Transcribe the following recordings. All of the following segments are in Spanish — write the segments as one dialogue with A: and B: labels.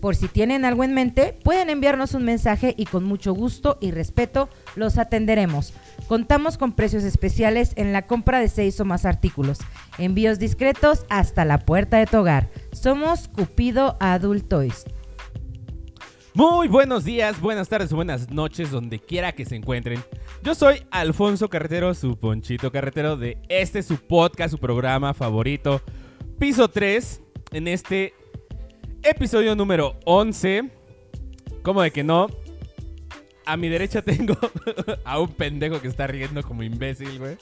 A: Por si tienen algo en mente, pueden enviarnos un mensaje y con mucho gusto y respeto los atenderemos. Contamos con precios especiales en la compra de seis o más artículos. Envíos discretos hasta la puerta de tu hogar. Somos Cupido Adult Toys.
B: Muy buenos días, buenas tardes o buenas noches, donde quiera que se encuentren. Yo soy Alfonso Carretero, su ponchito carretero de este, su podcast, su programa favorito, Piso 3, en este episodio número 11. ¿Cómo de que no? A mi derecha tengo a un pendejo que está riendo como imbécil, güey.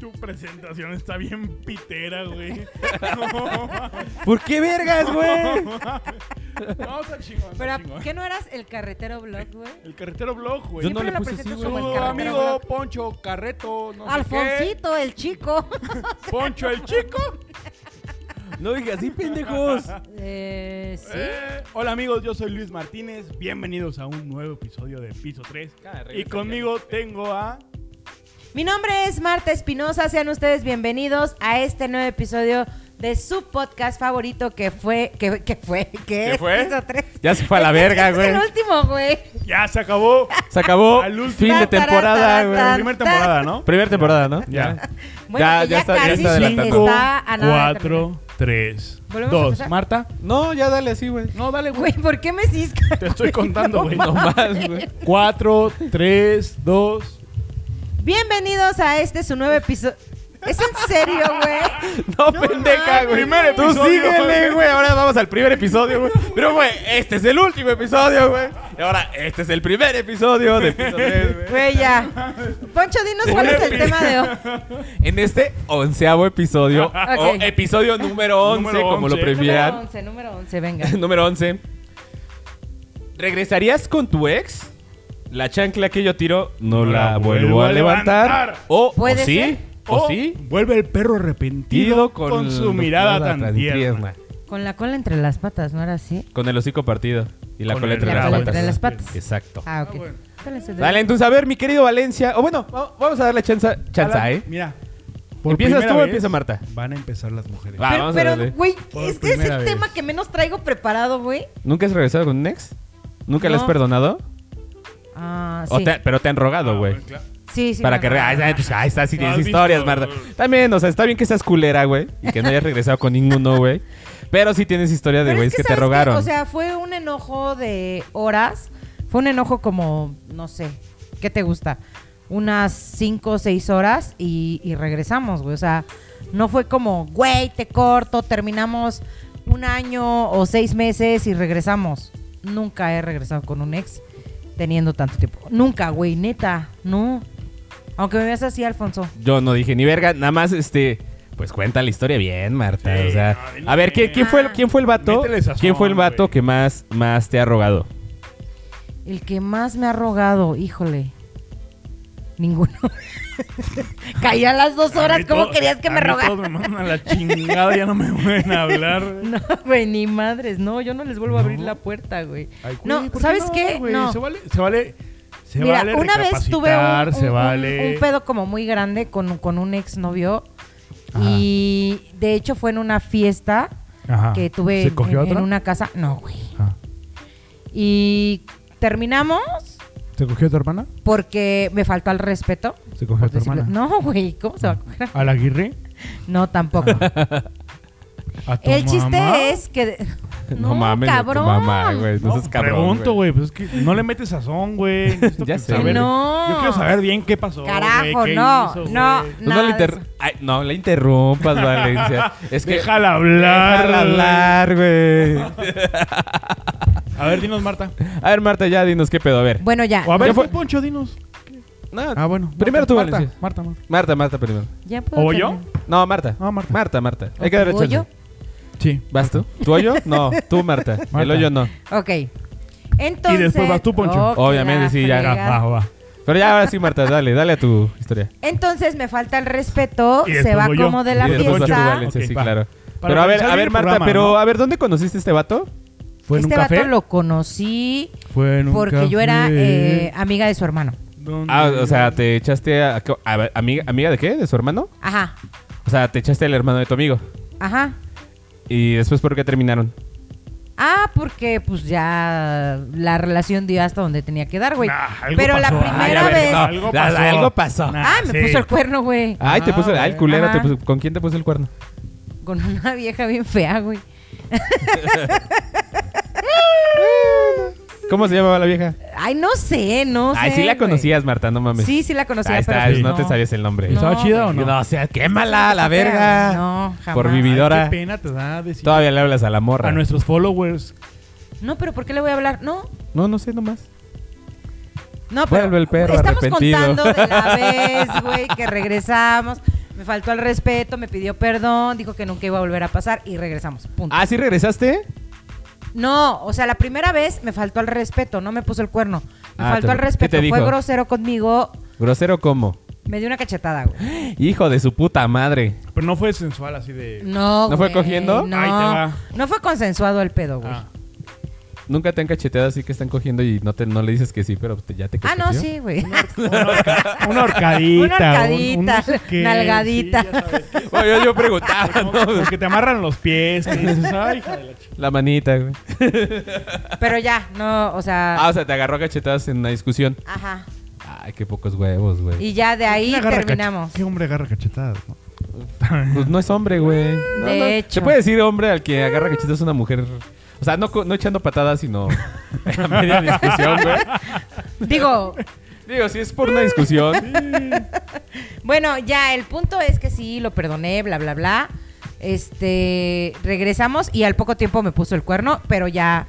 C: Tu presentación está bien pitera, güey. No,
B: ¿Por qué vergas, güey?
C: no, está chingón. está
A: Pero,
C: chingón.
A: ¿qué no eras el carretero blog, güey?
C: El carretero blog,
B: Yo
C: güey.
B: no
A: Siempre
B: le
A: lo
B: puse así,
A: presentas
B: güey.
A: como el
C: Saludo,
A: carretero
C: amigo
A: blog.
C: Poncho Carreto. No sé
A: Alfonsito, el chico.
C: qué. Poncho el chico.
B: No dije así, pendejos.
A: Eh, sí.
C: Eh, hola, amigos. Yo soy Luis Martínez. Bienvenidos a un nuevo episodio de Piso 3.
B: Cada regreso
C: Y conmigo tengo a.
A: Mi nombre es Marta Espinosa, sean ustedes bienvenidos a este nuevo episodio de su podcast favorito que fue, que, que fue, que es
B: fue?
A: Piso tres.
B: Ya se fue a la verga,
A: Es
B: güey.
A: el último, güey.
C: Ya se acabó.
B: Se acabó.
C: Al último.
B: Fin de temporada,
A: Tan,
B: güey.
C: Primera temporada, ¿no?
B: Primera temporada, ¿no?
C: Ya.
A: Bueno,
B: Ya-
A: que ya,
B: ya está- ya
A: casi
B: está adelantando.
C: Cinco,
A: está a nada de terminar.
C: cuatro, tres,
A: ¿Volvemos a
C: dos.
A: empezar?
B: Marta. No, ya dale así, güey.
C: No, dale,
A: Güey,
C: güey.
A: ¿por qué me cisca?
C: Te estoy contando, güey.
B: No más, güey.
C: Cuatro, tres, dos.
A: Bienvenidos a este su nuevo episodio. ¿Es en serio, güey?
B: No,
A: No
B: pendeja,
A: mames.
B: güey.
A: Primer
B: Tú
C: episodio,
B: síguele,
C: güey.
B: güey. Ahora vamos al primer episodio, güey. Pero, güey, este es el último episodio, güey. Y ahora, este es el primer episodio de Piso tres, güey.
A: Güey, ya. Poncho, dinos cuál es el tema de hoy.
B: En este onceavo episodio, o
A: Ok.
B: episodio número once,
C: Número
B: como lo
C: once.
A: Número
B: prefieran.
A: 11, número 11, venga.
B: número once. ¿Regresarías con tu ex? La chancla que yo tiro no la vuelvo a levantar. O, o
A: ¿Puede
B: sí,
A: ser?
B: o sí.
C: Vuelve el perro arrepentido con, su mirada tan, tierna.
A: Con la cola entre las patas, ¿no era así?
B: Con el hocico partido y la
C: Con
B: cola
C: el
B: entre
A: la
B: las
A: cola
B: patas.
A: entre las patas.
B: Exacto.
A: Ah,
C: Ah,
A: ok.
C: bueno.
A: Dale, se-
B: Dale, entonces, a ver, mi querido Valencia. O bueno, va- vamos a darle chance, chance
C: Alan,
B: ¿eh?
C: Mira.
B: ¿Empiezas
C: primera
B: tú o
C: vez
B: empieza Marta?
C: Van a empezar las mujeres.
B: Va,
A: Pero,
B: vamos a
A: pero,
B: darle.
A: güey,
C: Por
A: es que es
B: primera
A: el
B: vez.
A: tema que menos traigo preparado, güey.
B: ¿Nunca has regresado con un ex? ¿Nunca le has
A: No.
B: perdonado?
A: Ah,
B: O
A: sí.
B: te- pero te han
C: Ah,
B: rogado, güey.
A: Sí, sí.
B: Para
A: me
B: que...
A: han
B: re- Ay,
A: rogado.
B: ay, pues, ay, está, sí
C: No
B: tienes
C: has
B: historias,
C: visto.
B: Marta. También, o sea, está bien que seas culera, güey. Y que no hayas regresado con ninguno, güey. Pero sí tienes historia de
A: Pero
B: güeyes
A: es
B: que, te
A: ¿sabes qué?
B: rogaron.
A: O sea, fue un enojo de horas. Fue un enojo como, no sé, ¿qué te gusta? Unas cinco o seis horas y, y regresamos, güey. O sea, no fue como, güey, te corto, terminamos un año o seis meses y regresamos. Nunca he regresado con un ex teniendo tanto tiempo. Nunca, güey, neta, no. Aunque me veas así, Alfonso.
B: Yo no dije ni verga, nada más este. Pues cuenta la historia bien, Marta.
C: Sí,
B: o sea,
C: no, dile
B: a ver, ¿quién,
C: bien.
B: quién
A: Ah.
B: fue, el- ¿quién fue el vato?
C: Métele sazón,
B: ¿Quién fue el vato
C: güey.
B: que más, más te ha rogado?
A: El que más me ha rogado, híjole. Ninguno. Caí a las dos horas, ¿cómo querías que me
C: rogaran?
A: rogara?
C: Todos me mandan a la chingada, ya no me pueden hablar.
A: No, güey, ni madres, no, yo no les vuelvo a abrir la puerta, güey.
C: Ay, güey,
A: No,
C: ¿por
A: ¿sabes qué?
C: güey?
A: No.
C: Se vale, se vale, se
A: Mira,
C: vale
A: una vez tuve
C: recapacitar,
A: un, un-
C: se
A: un-
C: vale.
A: un pedo como muy grande con, con un exnovio y de hecho fue en una fiesta
C: Ajá.
A: que tuve
C: Ah, ¿Se cogió
A: en, en
C: otra?
A: una casa. No, güey.
C: Ah.
A: Y terminamos
C: ¿Se cogió a tu hermana?
A: porque me faltó al respeto.
C: ¿Se cogió a tu
A: Decirle-
C: hermana?
A: No, güey, ¿cómo se va a coger? a-
C: ¿Al Aguirre?
A: No, tampoco.
C: ¿A tu
A: El chiste
C: mamá?
A: es que. No,
B: no, tu
A: cabrón.
B: mamá, güey. No,
C: No,
B: seas cabrón.
C: pregunto,
B: güey.
C: güey. Pues es que no le metes sazón, güey. Necesito
B: Ya
C: que
B: sé.
C: saber-
A: No.
C: Yo quiero saber bien qué pasó. güey,
A: Carajo,
C: qué
A: no,
C: hizo,
A: no.
C: güey.
B: Tú No,
A: Nada
B: le
A: de
B: inter- Ay, no le interrumpas, Valencia. Es que.
C: Déjala hablar.
B: Déjala hablar, güey.
C: A ver, dinos, Marta.
B: A ver, Marta, ya dinos qué pedo. A ver.
A: Bueno, ya.
C: O a ver,
B: Ya fue-
C: fue Poncho, dinos.
B: No,
C: Ah, bueno.
B: Primero
C: Marta,
B: tú,
C: Marta,
B: Valencia.
C: Marta, Marta.
B: Marta, Marta, primero.
A: Ya puedo
C: ¿O yo?
A: terminar.
B: No, Marta.
C: No, Marta.
B: Marta, Marta. Hay que darle
A: ¿O yo?
B: chance.
C: Sí.
B: ¿Vas tú? ¿Tu hoyo? No, tú, Marta. El
C: Marta.
B: hoyo no.
A: Ok. Entonces,
D: después vas tú, Poncho.
A: Oh, que
B: Obviamente,
A: la
B: sí, ya.
A: fregada.
D: Va, va.
B: Pero ya ahora sí, Marta, dale, dale a tu historia.
A: Entonces me falta el respeto,
D: Y
A: se
D: después
A: va
D: voy yo.
A: como de la
B: Y después vas tú,
A: fiesta.
B: dale, sí,
D: Ok,
B: sí,
D: va.
B: claro.
D: Para
B: pero a ver,
D: comenzar
B: a
D: bien
B: ver,
D: el
B: Marta,
D: programa,
B: pero
D: ¿no?
B: a ver, ¿dónde conociste este vato?
D: Fue en
A: este
D: un
A: vato
D: café.
A: lo conocí
D: Fue en un
A: porque yo
D: café.
A: era eh, amiga de su hermano.
D: ¿Dónde?
B: Ah, o sea, te echaste a, a- a- amiga, amiga de qué? ¿De su hermano?
A: Ajá,
B: O sea, te echaste al hermano de tu amigo.
A: ajá.
B: Y después, ¿por qué terminaron?
A: Ah, porque pues ya la relación dio hasta donde tenía que dar, güey.
D: Nah, algo
A: Pero la
D: pasó.
A: primera
B: Ay, a ver,
A: vez...
B: no.
D: Algo
B: La-
D: pasó.
B: algo pasó.
D: Nah,
A: Ah, me
D: sí.
A: puso el cuerno, güey.
B: Ay, te
C: Ah,
B: puso. Ay,
C: güey.
B: culero, te
A: Ajá.
B: puso- ¿con quién te puso el cuerno?
A: Con una vieja bien fea, güey.
B: ¿Cómo se llamaba la vieja?
A: Ay, no sé, no sé.
B: Ay, sí la
A: güey.
B: conocías, Marta, no mames.
A: Sí, sí la conocía,
B: Ahí
A: pero
B: está,
A: pues
B: no, te
A: no.
B: sabías el nombre.
D: ¿Estaba
A: No,
D: chida o
B: No,
D: no?
B: o sea, quémala a la verga.
A: No, jamás.
B: Por vivir.
D: Ay,
B: Vidora.
D: qué pena te da decir
B: Todavía le hablas a la morra.
D: a nuestros followers.
A: No, pero ¿por qué le voy a hablar? No,
B: No, no sé nomás.
A: no, pero
B: Vuelve el perro
A: estamos
B: arrepentido.
A: contando de la vez, güey, que regresamos. Me faltó al respeto, me pidió perdón, dijo que nunca iba a volver a pasar y regresamos. Punto.
B: Ah, ¿sí regresaste?
A: No, o sea, la primera vez me faltó al respeto, no me puso el cuerno. Me
B: Ah,
A: faltó
B: te-
A: al
B: ¿qué te
A: respeto, fue
B: dijo?
A: grosero conmigo,
B: ¿Grosero cómo?
A: me dio una cachetada, güey.
B: Hijo de su puta madre.
D: Pero no fue sensual así de...
A: No,
B: ¿No fue
A: güey,
B: cogiendo?
A: No,
D: Ahí te va.
A: no fue consensuado el pedo, güey.
D: Ah,
B: Nunca te han cacheteado así que están cogiendo y no, te, no le dices que sí, pero te- ya te
A: Ah,
B: cacheteó.
A: no, sí, güey.
D: una, horca- una horcadita.
A: Una horcadita,
D: un- un no sé qué.
A: nalgadita.
D: Sí, ya sabes.
B: Oye, yo, preguntaba,
D: Como-
B: ¿no?
D: como que te amarran los pies. que dices, "Ay, hija de la ch-".
B: La manita, güey.
A: Pero ya, no, o sea.
B: Ah, o sea, te agarró a cachetadas en una discusión.
A: Ajá.
B: Ay, qué pocos huevos, güey.
A: Y ya de ahí
D: ¿Quién agarra cach-
A: terminamos.
D: ¿Qué hombre agarra cachetadas? no?
B: Pues no es hombre, güey. No,
A: De
B: no.
A: hecho.
B: Se puede decir hombre al que agarra cachetas es una mujer. O sea, no, co- no echando patadas, sino a media discusión, güey.
A: Digo,
B: Digo, si es por una discusión.
A: bueno, ya el punto es que sí, lo perdoné, bla, bla, bla. Este, regresamos y al poco tiempo me puso el cuerno, pero ya,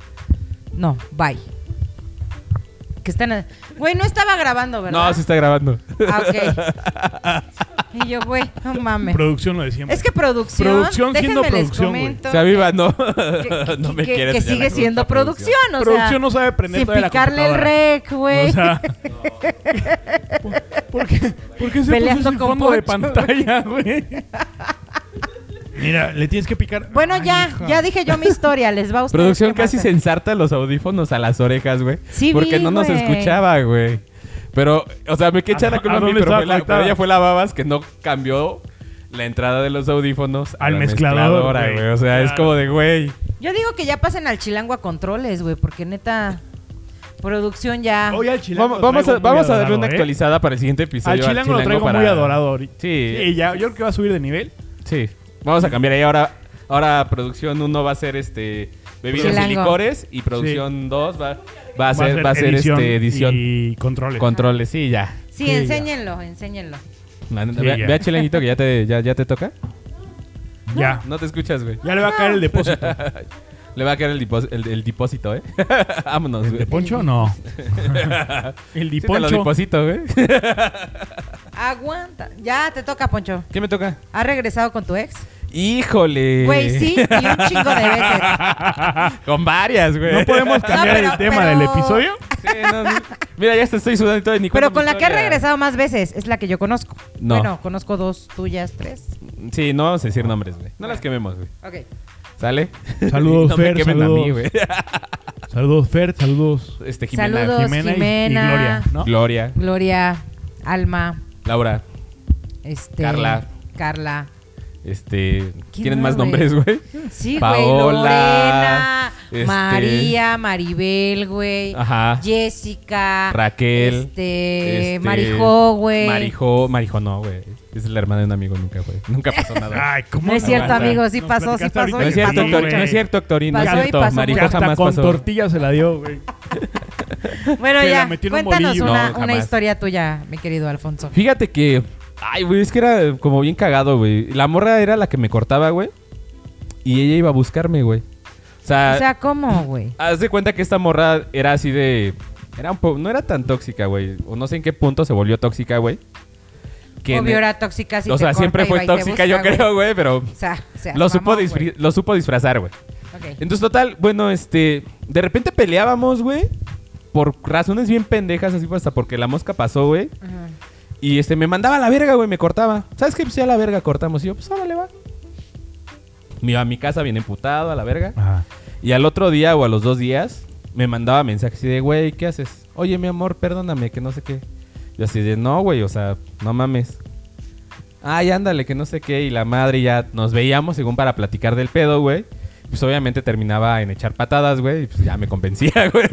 A: no, bye. Que están, güey, no estaba grabando, ¿verdad?
B: No, se está grabando.
A: Ah, ok. Y yo, güey, no mames.
D: Producción lo de siempre.
A: Es que producción,
D: Producción siendo
A: déjenme les
D: producción, güey.
A: comento
B: Se aviva, no.
A: que,
B: no me
A: que-
B: quieres.
A: que
B: ya la
A: sigue
B: culpa,
A: siendo producción, o sea,
D: Producción no sabe prender
A: sin
D: todavía la
A: picarle el
D: computadora.
A: rec, güey.
D: O sea, ¿por, qué, por qué se
A: Peleando
D: puso ese
A: con
D: fondo de
A: Poncho,
D: pantalla, güey? Mira, le tienes que picar.
A: Bueno,
D: Ay,
A: ya,
D: hija.
A: ya dije yo mi historia, les va a ustedes
B: Producción
A: qué
B: casi
A: más-
B: se ensarta los audífonos a las orejas, güey.
A: Sí,
B: Porque
A: vi,
B: no nos
A: güey.
B: escuchaba, güey. Pero, o sea, me que echar
D: ¿A-
B: la culpa
D: a
B: a mí,
D: dónde
B: pero,
D: estaba
B: fue la,
D: conectada?
B: pero ella fue la babas que no cambió la entrada de los audífonos a
D: Al
B: la
D: mezclador,
B: mezcladora,
D: güey.
B: güey. O sea, es
D: Claro.
B: como de, güey.
A: Yo digo que ya pasen al chilango a controles, güey, porque neta, producción ya.
D: Oye, al Oh, chilango
B: Vamos,
D: lo
B: vamos a,
D: traigo muy
B: vamos a darle
D: adorado,
B: una
D: ¿eh?
B: actualizada para el siguiente episodio.
D: Al chilango, lo traigo
B: para-
D: muy adorado ahorita.
B: Sí.
D: Sí, ya, yo creo que va a subir de nivel.
B: Sí. Vamos a cambiar ahí ahora. Ahora producción 1 va a ser este bebidas
A: Chilango.
B: y licores y producción 2 va, va a ser va a ser
D: edición
B: este edición
D: Y controles.
B: controles, sí, ya.
A: sí,
D: sí, ya.
A: enséñenlo, enséñenlo.
B: La neta,
D: Sí,
B: ve,
D: ya.
B: ve a Chilanguito que ya te, ya, ya te toca.
D: Ya.
B: No te escuchas, güey.
D: Ya le va a caer el depósito.
B: Le va a caer el, dipos- el, el depósito, ¿eh? Vámonos,
D: ¿El
B: güey.
D: de Poncho? No. El
B: Sí
D: de
B: te lo
D: Poncho.
B: deposito, güey.
A: Aguanta. Ya te toca, Poncho.
B: ¿Qué me toca?
A: ¿Has regresado con tu ex?
B: ¡Híjole!
A: Güey, sí, y un chingo de veces.
B: Con varias, güey.
D: no podemos cambiar
A: pero-
D: el tema
A: pero-
D: del episodio.
B: Sí, no, sí. Mira, ya te estoy sudando y todo. Ni
A: Pero
B: cuento
A: con
B: mi
A: la que has
B: historia.
A: regresado más veces es la que yo conozco.
B: No.
A: Bueno, conozco dos, tuyas, tres.
B: Sí, no vamos a decir nombres, güey. No las quememos, güey.
A: Ok.
B: ¿Sale?
D: Saludos,
B: no me
D: Fer,
B: quemen a mí,
D: saludos.
B: güey.
D: Saludos, Fer. Saludos.
B: Este, Jimena.
A: Saludos,
D: Jimena y- y
A: Jimena.
D: Gloria, ¿no?
B: Gloria.
A: Gloria, Alma,
B: Laura.
A: este.
B: Carla.
A: Carla.
B: Este.
A: ¿Quién
B: ¿Tienen más
A: más, güey?
B: nombres, güey?
A: Sí, güey. Lorena,
B: Paola, este-
A: María, Maribel, güey.
B: Ajá.
A: Jessica.
B: Ah. Raquel.
A: Este.
B: Este,
A: Marijó, güey.
B: Marijo, Marijo no, güey. Es la hermana de un amigo, nunca, güey. Nunca pasó nada.
D: Ay, ¿cómo
A: No es
D: te
A: cierto,
D: aguanta?
A: amigo. Sí
D: Nos
A: pasó, sí
D: platicaste
A: pasó.
D: ahorita
B: no es
D: que sí,
B: cierto, Tori,
D: güey.
B: no es cierto, Tori, no es
A: Pasó y
B: cierto.
A: pasó
B: Marijo
D: Que hasta
B: jamás
D: con
B: pasó.
D: tortilla se la dio, güey.
A: Bueno,
D: Que la
A: ya.
D: metió en un
A: Cuéntanos
D: bolillo.
A: una,
B: No,
A: una
B: jamás.
A: historia tuya, mi querido Alfonso.
B: Fíjate que. Ay, güey, es que era como bien cagado, güey. La morra era la que me cortaba, güey. Y ella iba a buscarme, güey. O sea,
A: O sea, ¿cómo, güey?
B: haz de cuenta que esta morra era así de. Era un po- no era tan tóxica, güey. O no sé en qué punto se volvió tóxica, güey. Que
A: Obvio
B: ne-
A: era tóxica. si
B: o
A: te
B: sea,
A: corta
B: siempre
A: y va
B: fue
A: y te
B: tóxica,
A: busca,
B: yo
A: güey.
B: creo, güey, pero
A: O sea, o sea,
B: lo, supo
A: mamón,
B: disfri-
A: güey.
B: lo supo disfrazar, güey.
A: Ok.
B: Entonces, total, bueno, este. De repente peleábamos, güey. por razones bien pendejas, así fue hasta porque la mosca pasó, güey.
A: Ajá.
B: Y este, me mandaba a la verga, güey, me cortaba. ¿Sabes qué? Pues ya a la verga cortamos. Y yo, pues órale, va. Me iba a mi casa bien emputado, a la verga.
D: Ajá.
B: Y al otro día o a los dos días, me mandaba mensajes así de, güey, ¿qué haces? Oye, mi amor, perdóname, que no sé qué. Yo así de, no, güey, o sea, no mames. Ay, ándale, que no sé qué. Y la madre ya nos veíamos según para platicar del pedo, güey. Pues obviamente terminaba en echar patadas, güey. Y pues ya me convencía, güey.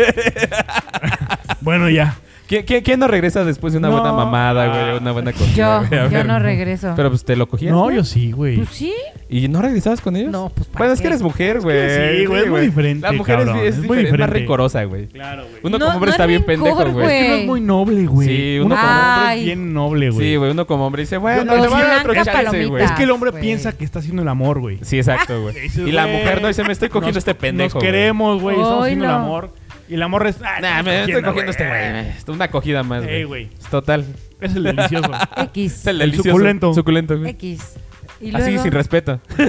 D: Bueno, ya.
B: ¿Quién, quién, quién no regresa después de una
D: No.
B: buena mamada, güey? Una buena cogida,
A: Yo,
B: güey? A
A: yo
B: ver.
A: no regreso.
B: Pero pues te lo cogías.
D: No, yo sí, güey.
A: pues sí.
B: ¿Y no regresabas con ellos?
A: No, pues, ¿para
B: Bueno, es que
A: qué?
B: eres mujer, güey.
D: sí, güey, es muy diferente,
B: La mujer es-
D: cabrón,
B: es,
D: es muy
B: diferente, es más
D: diferente.
B: rencorosa, güey.
C: Claro, güey.
B: Uno
A: No,
B: como hombre
A: no
B: está
A: es
B: bien
A: rencor,
B: pendejo, güey.
D: Es que no es muy noble, güey.
B: Sí,
D: uno
B: uno
D: como hombre
A: Ay.
D: es bien noble, güey.
B: Sí, güey, uno como hombre dice, bueno, pues,
A: Los
B: le voy a dar
A: blanca
B: otro chance, güey.
A: palomita.
D: es que el hombre
A: Güey.
D: piensa que está haciendo el amor, güey.
B: Sí, exacto, güey.
C: Dices,
B: Y la
C: güey,
B: mujer no dice, me estoy cogiendo
C: nos-
B: este pendejo.
C: Nos
B: güey".
C: queremos, güey.
A: Ay,
C: Estamos haciendo
A: no.
C: el amor. Y el amor es. ah,
B: Nah, me estoy cogiendo este güey. Esto, Una cogida más,
C: Ey,
B: güey.
C: güey.
B: Es total.
C: Es el delicioso.
A: X.
B: Es el
C: El
B: delicioso.
C: suculento.
B: Suculento, güey.
A: X. Y luego,
B: Así, sin respeto. Güey,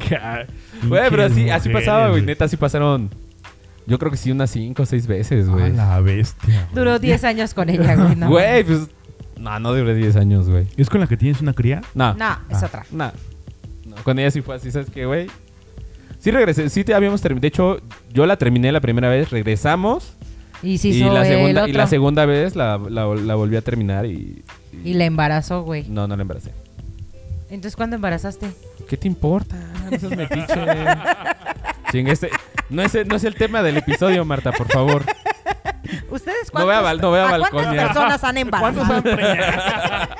D: Pinches
B: pero así, así
D: mujeres,
B: pasaba, güey. Neta, así pasaron. Yo creo que sí, unas cinco o seis veces,
D: A
B: güey.
D: la bestia. güey.
A: duró 10 años con ella, güey. No,
B: Güey, pues. No, no duré 10 años, güey.
D: ¿Es con la que tienes una cría?
B: No.
A: no es
D: Ah.
A: otra.
B: No. No, Con ella sí fue así, ¿sabes qué, güey? Sí regresé, sí te habíamos terminado. De hecho, yo la terminé la primera vez, regresamos.
A: Y sí,
B: Y
A: hizo
B: la,
A: el
B: segunda,
A: otro.
B: y la segunda vez la, la- la volví a terminar y,
A: Y la embarazó, güey.
B: No, no la embaracé.
A: Entonces, ¿cuándo embarazaste?
B: ¿Qué te importa? No seas metiche. Chinga, este- no, es, no es el tema del episodio, Marta, por favor.
A: ¿Ustedes
B: No voy a
A: cuántos-
B: bal- no voy a
A: cuántas
B: balconear.
A: personas han
C: ¿Cuántos
A: embarazado?
C: han preñado?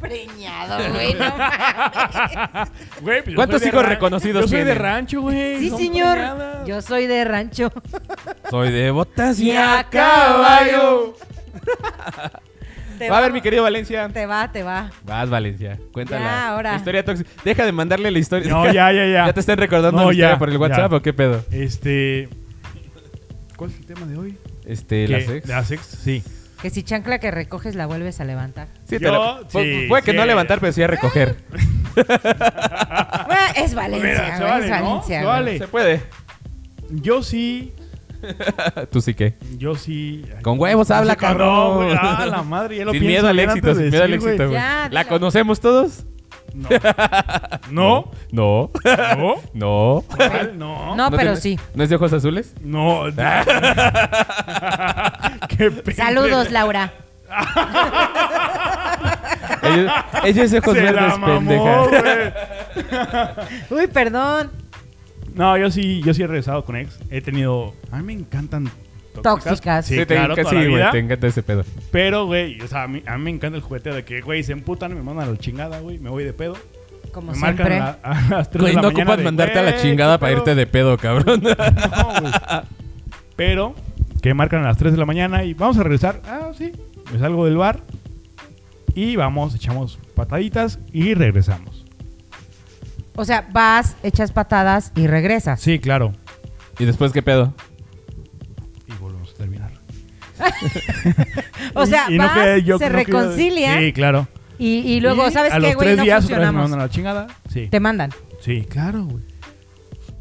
A: Preñado, güey. no mames.
C: Güey, pues yo
B: ¿Cuántos
C: soy de
B: hijos
C: ran-
B: reconocidos
C: Yo soy de
B: tienen?
C: rancho, güey.
A: Sí,
C: son
A: señor.
C: preñadas.
A: Yo soy de rancho.
B: Soy de botas y
A: Y a
B: a caballo.
A: Te
B: Va a ver, mi querido Valencia.
A: Te va, te va.
B: Vas, Valencia. Cuéntala.
A: Ya, ahora.
B: La historia tóxica. Deja de mandarle la historia.
D: No, ya, ya, ya.
B: ¿Ya te están recordando
D: No,
B: la historia
D: ya,
B: por el
D: ya.
B: WhatsApp o qué pedo?
D: Este. ¿Cuál es el tema de hoy?
B: Este,
D: ¿Qué?
B: las ex.
D: Las ex, sí.
A: Que si chancla que recoges la vuelves a levantar.
B: Sí, te
C: Yo,
B: la-
C: sí,
B: pu- Puede que
C: sí. Eh,
B: no levantar, pero sí a recoger.
A: Bueno, es Valencia, güey,
C: Ah. Mira, se vale,
A: es
C: ¿no?
A: Valencia.
C: Se
A: güey.
C: vale.
B: Se puede. Ah,
C: Yo sí.
B: Tú sí que.
C: Yo sí. ay,
B: Con huevos habla,
C: no, cabrón,
B: cabrón.
C: güey. Ah, la madre. Ya lo
B: Sin
C: pienso
B: miedo al
C: bien
B: éxito,
C: antes
B: sin
C: de
B: miedo al
C: decir, güey.
B: éxito, güey.
A: Ya,
B: ¿La
A: dila.
B: conocemos todos?
C: No.
B: No.
C: No.
B: No.
C: ¿Cuál? No.
A: No, pero
B: tiene-
A: sí.
B: ¿No es de ojos azules?
C: No. Qué pena.
A: Saludos, Laura.
B: Ella ella es de ojos
C: Se
B: verdes,
C: la mamó,
B: pendeja.
C: güey.
A: Uy, perdón.
C: No, yo sí, yo sí he regresado con ex. He tenido. A mí me encantan.
A: Tóxicas.
C: Sí,
B: Sí, te
C: claro,
B: encanta-
C: toda
B: sí,
C: la
B: güey,
C: vida.
B: te encanta ese pedo.
C: Pero, güey, o sea, a mí, a mí me encanta el juguete de que, güey, se emputan, me mandan a la chingada, güey, me voy de pedo.
A: Como
C: Me marcan
A: siempre.
C: a, la- a las 3
B: Güey,
C: de la
B: no
C: mañana.
B: ocupas
C: de,
B: mandarte a la
C: "Güey,
B: chingada
C: ¿qué
B: para
C: pedo?".
B: irte de pedo, cabrón.
C: No, güey. Pero, que marcan a las 3 de la mañana y vamos a regresar. Ah, sí, me salgo del bar y vamos, echamos pataditas y regresamos.
A: O sea, vas, echas patadas y regresas.
C: Sí, claro.
B: ¿Y después qué pedo?
C: Y volvemos a terminar.
A: O sea,
C: Y- y no
A: vas,
C: queda- yo
A: se
C: no queda-
A: reconcilia
C: Sí, claro.
A: y, y luego,
C: Y
A: ¿sabes
C: a
A: qué,
C: los
A: güey?
C: tres
A: No
C: días otra vez me
A: funcionamos.
C: mandan a la chingada. Sí.
A: Te mandan.
C: Sí, claro, güey.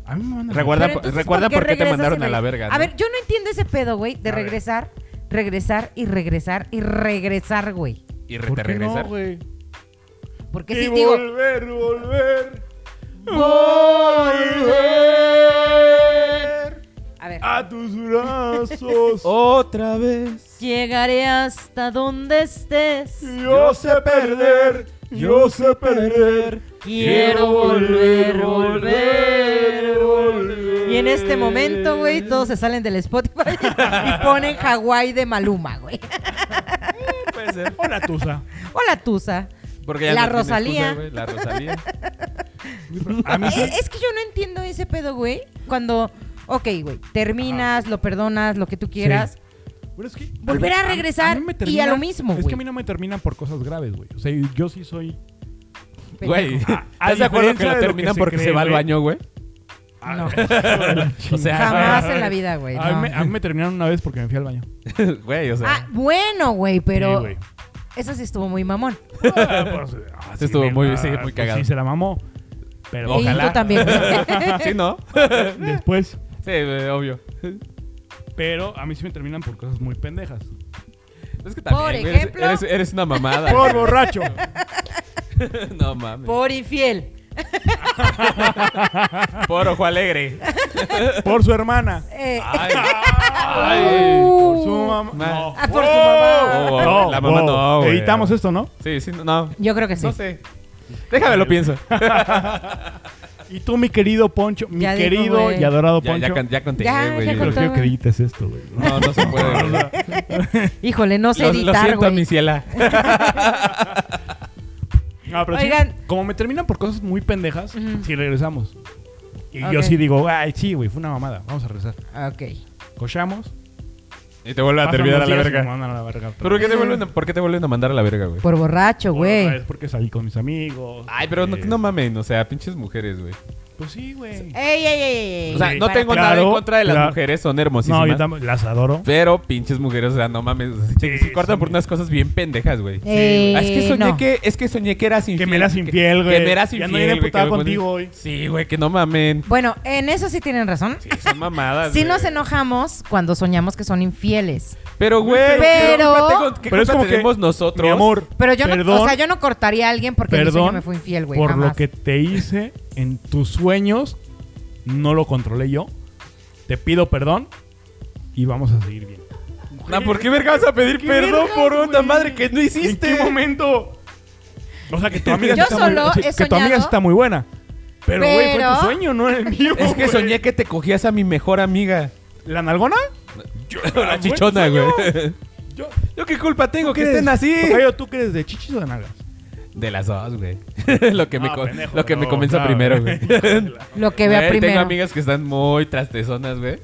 C: A mí me mandan.
B: Recuerda,
A: Pero entonces,
B: recuerda por qué, te
A: regresas y
B: mandaron a
A: reg-
B: la verga.
A: A
B: ¿no?
A: ver, yo no entiendo ese pedo, güey, de
C: A ver.
A: regresar, regresar y regresar y regresar, güey.
B: y re-
C: ¿Por
B: te
C: qué no,
B: regresar.
C: güey?
A: Porque
C: Y
A: si digo,
C: volver, volver,
B: Volver
A: a ver,
C: a tus brazos.
B: otra vez.
A: llegaré hasta donde estés.
C: Yo sé perder, yo sé perder.
A: Quiero volver, volver, volver. Y en este momento, güey, todos se salen del Spotify y ponen Hawái de Maluma, güey.
B: Puede ser.
C: Hola, Tusa.
A: Hola, Tusa.
B: Porque ya
A: La
B: no tiene
A: Rosalía.
B: excusa, güey, la Rosalía.
C: A mí sí.
A: Eh, Es que yo no entiendo ese pedo, güey. Cuando, ok, güey, terminas, lo perdonas, lo que tú quieras.
C: Pero es que
A: Volver a
C: mí-
A: regresar
C: mí me
A: y a lo mismo,
C: Es
A: güey.
C: que a mí no me terminan por cosas graves, güey. O sea, yo sí soy.
B: Güey,
A: pendejo.
C: a
B: ¿estás de acuerdo que lo
C: diferencia de lo que
B: terminan
C: se
B: porque
C: cree,
B: se va al
C: güey.
B: baño, güey?
A: No,
B: O sea,
A: jamás en la vida, güey.
C: A
A: no.
C: mí, me- a mí me terminaron una vez porque me fui al baño.
B: Güey, o sea.
A: Ah, bueno, güey,
C: Sí,
A: pero
C: güey.
A: eso sí estuvo muy mamón.
C: Ah, pues, ah,
B: Sí, estuvo
C: me-
B: muy-
C: ah,
B: sí, muy
C: pues
B: cagado.
C: Sí, se la mamó. Pero
A: Y tú
B: Ojalá.
A: también.
B: Sí, ¿no?
C: después.
B: Sí, eh, obvio.
C: Pero a mí sí me terminan por cosas muy pendejas.
B: Es que
A: Por
B: también, güey, eres-
A: ejemplo.
B: Eres, eres una mamada.
C: Por borracho.
B: no mames.
A: Por infiel.
B: Por ojo alegre.
C: Por su hermana.
A: Eh,
B: Ay.
A: Uh.
B: Ay.
C: Por su mamá.
B: Ma-
A: Ah, por su mamá.
B: Oh, la mamá no, güey.
C: Editamos esto, ¿no?
B: Sí, sí, no.
A: Yo creo que sí.
B: No sé. Déjame lo pienso.
C: Y tú, mi querido Poncho, mi
A: Ya dijo,
C: querido
A: güey.
C: y adorado
B: Ya,
C: Poncho.
B: ya, can- ya conté,
A: Ya,
B: güey.
A: ya
C: Pero
A: contó.
C: quiero que edites esto, güey.
B: No, no se puede. güey.
A: Híjole, no sé
B: Lo- lo,
A: editar,
B: siento,
A: güey.
B: mi ciela.
C: No, Ah, pero sí,
A: Oigan.
C: como me terminan por cosas muy pendejas, si
A: Ujú.
C: regresamos. Y
A: Ok.
C: yo sí digo, ay, sí, güey, fue una mamada. Vamos a regresar.
A: Ok.
C: Cochamos.
B: Y te vuelve a
C: pasan
B: terminar a
C: los
B: la
C: días y me
B: verga.
C: mandan a la verga. otra
B: ¿Pero por qué,
C: vez.
B: te vuelven a, por qué te vuelven a mandar a la verga, güey?
A: Por borracho,
C: Otra
A: güey.
C: vez Porque salí con mis amigos.
B: Ay, pero no,
C: Eh,
B: no mamen, o sea, pinches mujeres, güey.
C: Pues sí, güey.
A: Ey, ey, ey, ey, ey.
B: O sea,
C: Sí.
B: no tengo
C: Claro,
B: nada en contra de las
C: claro.
B: mujeres, son hermosísimas.
C: No, yo también las adoro.
B: Pero pinches mujeres, o sea, no mames. o sea, se, se cortan
C: son
B: por unas cosas bien pendejas, güey.
A: Eh,
B: Ah, es que soñé
A: no.
B: que, es que soñé que eras infiel.
C: me eras infiel, güey.
B: Que me eras
C: Ya
B: infiel.
C: no viene
B: güey, que
C: putada
B: me
C: contigo
B: pones-
C: hoy.
B: Sí, güey, que no mamen.
A: Bueno, en eso sí tienen razón.
B: Sí, son mamadas.
A: Sí
B: güey.
A: nos enojamos cuando soñamos que son infieles.
B: Pero, güey,
A: Pero-
B: ¿qué culpa tengo- ¿qué
C: Pero es como que,
B: tenemos nosotros?
C: Mi amor.
A: Pero yo
C: perdón,
A: no, o sea, yo no cortaría a alguien porque en mi sueño
C: perdón
A: me fue infiel, güey.
C: por lo
A: jamás.
C: que te hice en tus sueños. No lo controlé yo. Te pido perdón y vamos a seguir bien.
B: No, ¿Por qué verga vas a pedir
C: ¿Qué
B: perdón
C: vergas,
B: por una
C: güey?
B: madre que no
C: ¿En
B: hiciste?
C: qué momento? O sea, que tu amiga
A: Yo
C: está muy-
A: solo
C: o sea,
A: he
C: que tu amiga
A: soñado-
C: está muy buena. Pero, güey, fue
A: Pero-
C: tu sueño, no el mío.
B: Es que
C: güey.
B: soñé que te cogías a mi mejor amiga.
C: ¿La nalgona?
B: la chichona, güey.
C: sueño.
B: Yo, qué culpa tengo que
C: ¿Qué
B: estén
C: eres?
B: así?
C: Tocayo, ¿tú crees de chichis o de nalgas?
B: De las dos, güey. lo que, me,
C: Ah,
B: co-
C: pendejo,
B: lo que me
C: no,
B: comienza
C: claro.
B: primero, güey.
A: Lo que vea
B: Güey,
A: primero.
B: Tengo amigas que están muy trastezonas, güey.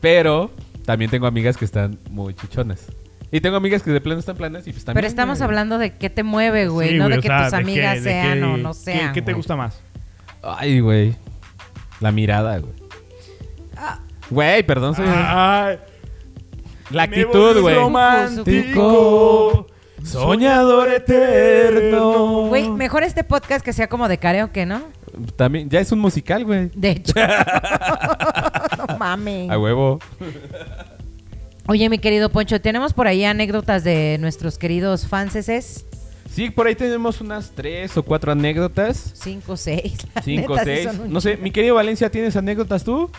B: Pero también tengo amigas que están muy chichonas. Y tengo amigas que de plano están planas y pues también.
A: Pero estamos
B: güey.
A: hablando de qué te mueve, güey,
C: Sí,
A: no de
C: o
A: que
C: sea,
A: tus
C: de
A: amigas
C: de
A: sean
C: qué-
A: o no
C: qué-
A: sean.
C: ¿Qué te
A: güey.
C: gusta más?
B: Ay, güey. La mirada, güey.
A: Ah.
B: Güey, perdón, soy-
C: Ah, Ay,
B: La
C: me volví
B: actitud, güey.
C: Romántico.
B: Soñador eterno.
A: Güey, mejor este podcast que sea como de karaoke, ¿no?
B: También, ya es un musical, güey.
A: De hecho. no mames.
B: A huevo.
A: Oye, mi querido Poncho, tenemos por ahí anécdotas de nuestros queridos fanseses.
B: Sí, por ahí tenemos unas tres o cuatro anécdotas.
A: Cinco, seis. la
B: Cinco,
A: neta, sí
B: seis.
A: son un
B: no sé,
A: chingo.
B: mi querido Valencia, ¿tienes anécdotas tú?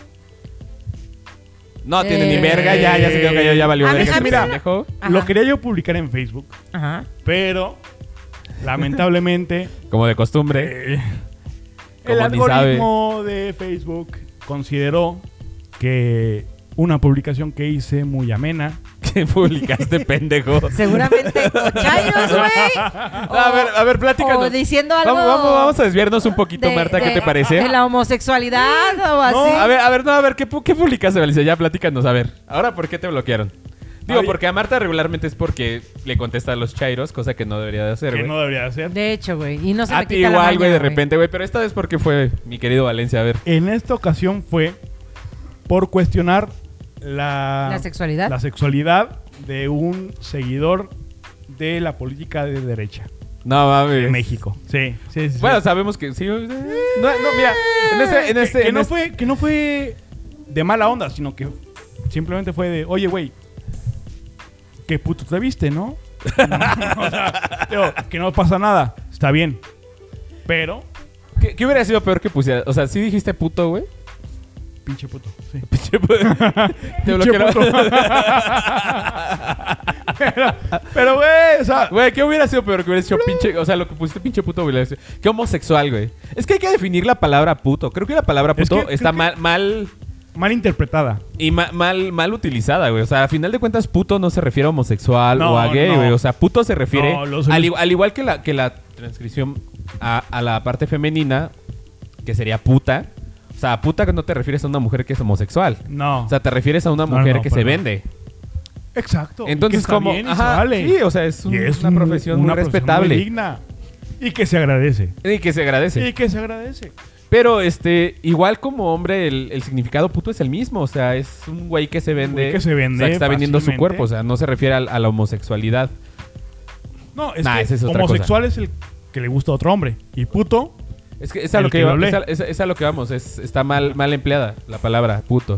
B: No, tiene
A: Eh.
B: ni verga, ya, ya se quedó callado, ya valió
A: A mí-
B: verga.
A: a mí
B: este
A: sí me-
B: pendejo.
A: Ajá.
C: Lo quería yo publicar en Facebook,
A: Ajá.
C: pero lamentablemente
B: Como de costumbre.
C: eh, el
B: Como ni sabe.
C: algoritmo de Facebook consideró que una publicación que hice muy amena
B: ¿Qué publicaste, pendejo?
A: Seguramente o chairos, güey.
B: a ver, a ver, platícanos.
A: O diciendo algo.
B: Vamos, vamos, vamos a desviarnos un poquito,
A: de-
B: Marta, ¿qué
A: de-
B: te parece?
A: De la homosexualidad o así.
B: No, a ver, a ver, no, a ver, ¿qué, pu- qué publicaste, Valencia? Ya platícanos, a ver. Ahora, ¿por qué te bloquearon? Digo,
C: Ay.
B: porque a Marta regularmente es porque le contesta a los chairos, cosa que no debería de hacer,
C: que
B: güey.
C: no debería de ser.
A: De hecho, güey. Y no se
B: a
A: me
B: ti
A: quita la
B: igual,
A: maña,
B: güey, de repente, güey. Pero esta vez porque fue mi querido Valencia, a ver.
C: En esta ocasión fue por cuestionar la,
A: La sexualidad.
C: la sexualidad de un seguidor de la política de derecha
B: No mames.
C: de México. Sí, sí, sí.
B: Bueno,
C: sí.
B: sabemos que sí. eh, No, no, mira, en este, en
C: Que-
B: este,
C: que,
B: en
C: no
B: este-
C: fue, que no fue de mala onda, sino que simplemente fue de, oye, güey, qué puto te viste, ¿no? O sea, digo, que no pasa nada, está bien. Pero,
B: ¿qué, qué hubiera sido peor que pusiera? O sea, sí dijiste puto, güey.
C: pinche puto, sí.
B: Pinche puto. Te
C: Pinche
B: bloquearon.
C: puto. pero, pero, güey, o sea,
B: Güey, ¿qué hubiera sido peor que hubiera dicho pinche? O sea, lo que pusiste pinche puto, güey. le decía, Qué homosexual, güey. Es que hay que definir la palabra puto. Creo que la palabra
C: Es
B: puto
C: que-
B: está
C: creo
B: mal,
C: que-
B: mal
C: mal interpretada.
B: y ma- mal, mal utilizada, güey. O sea, a final de cuentas, puto no se refiere a homosexual
C: No,
B: o a gay,
C: no.
B: güey. O sea, puto se refiere.
C: No, los-
B: al, i- al igual que la, que la transcripción a, a la parte femenina, que sería puta. O sea, a puta que no te refieres a una mujer que es homosexual.
C: No.
B: O sea, te refieres a una
C: No,
B: mujer
C: no,
B: que
C: pero
B: se
C: no.
B: vende.
C: Exacto.
B: Entonces, como. ajá, Sí, o sea, es, un-
C: Y es
B: una
C: un-
B: profesión muy
C: profesión
B: respetable.
C: muy digna. Y que se agradece.
B: y que se agradece.
C: Y que se agradece.
B: Pero, este, igual como hombre, el, el significado puto es el mismo. O sea, es un güey que se vende.
C: Güey que se vende
B: O sea, que está vendiendo su
C: fácilmente.
B: cuerpo. O sea, no se refiere al- a, la homosexualidad.
C: No, es
B: Nah,
C: que
B: esa es otra
C: homosexual es el que le gusta a otro hombre. Y puto
B: Es que es a lo
C: El
B: que,
C: que lo
B: iba-
C: hablé.
B: es a- es a- es a lo que vamos, es, está mal, mal empleada la palabra puto.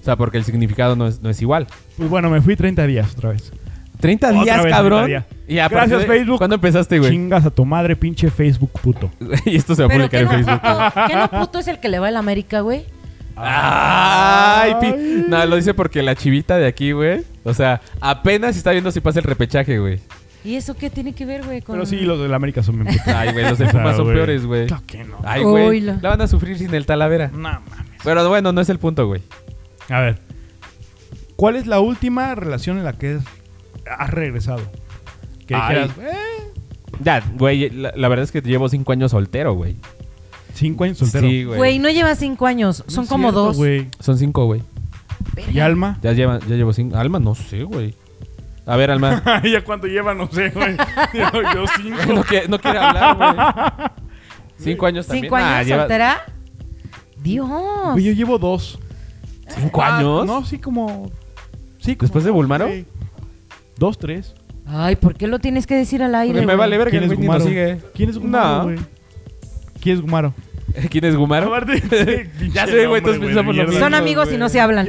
B: O sea, porque el significado no es, no es igual.
C: Pues bueno, me fui 30 días otra vez.
B: 30
C: Otra
B: días,
C: vez,
B: cabrón.
C: 30
B: Y a
C: Gracias,
B: partir de-
C: Facebook.
B: ¿Cuándo empezaste, güey?
C: Chingas a tu madre, pinche Facebook puto.
B: y esto se va a
A: Pero
B: publicar
A: ¿qué
B: en
A: no,
B: Facebook.
A: puto, ¿qué no puto es el que le va a la América, güey?
B: Ay, pi-
C: Ay.
B: No, lo dice porque la chivita de aquí, güey. O sea, apenas está viendo si pasa el repechaje, güey.
A: ¿Y eso qué tiene que ver, güey? Con...
C: Pero sí, los de la América son bien putos.
B: Ay, güey, los de
C: O sea,
B: Pumas son
C: güey.
B: peores, Ah, güey.
C: Claro que no.
B: Ay, güey.
A: Oílo.
B: La van a sufrir sin el Talavera.
C: No mames.
B: Pero bueno, no es el punto, güey.
C: A ver. ¿Cuál es la última relación en la que has regresado? Que
B: Ay.
C: dijeras, eh,
B: Ya, güey, la, la verdad es que llevo cinco años soltero, güey.
C: cinco años soltero.
B: Sí, güey.
A: Güey, no lleva cinco años,
C: No
A: son
C: es
A: como
C: cierto,
A: dos.
C: güey.
B: Son cinco, güey.
C: ¿Y Alma?
B: Ya, lleva, ya llevo cinco. Alma, no sé, güey. A ver, Alma.
C: ¿Ya cuánto lleva? No sé, güey. Yo, yo cinco.
B: no, quiere, no quiere hablar, güey. Cinco años también.
A: ¿Cinco
B: Ah,
A: años
B: lleva-
A: soltera? Dios.
C: Güey, yo llevo dos.
B: ¿Cinco
C: Ah,
B: años?
C: No, sí, como. Sí, como-
B: ¿Después de Bulmaro?
C: Sí. Dos, tres.
A: Ay, ¿por qué lo tienes que decir al aire?
B: Porque me
A: güey?
B: vale verga
C: ¿Quién
B: el
C: es
B: güey ni nos
C: Gumaro?
B: sigue.
C: ¿Quién es Gumaro,
B: No.
C: güey? ¿Quién es Gumaro?
B: ¿Quién es Gumaro? Ya sé, güey, todos pensamos lo mismo.
A: Son amigos y no se hablan.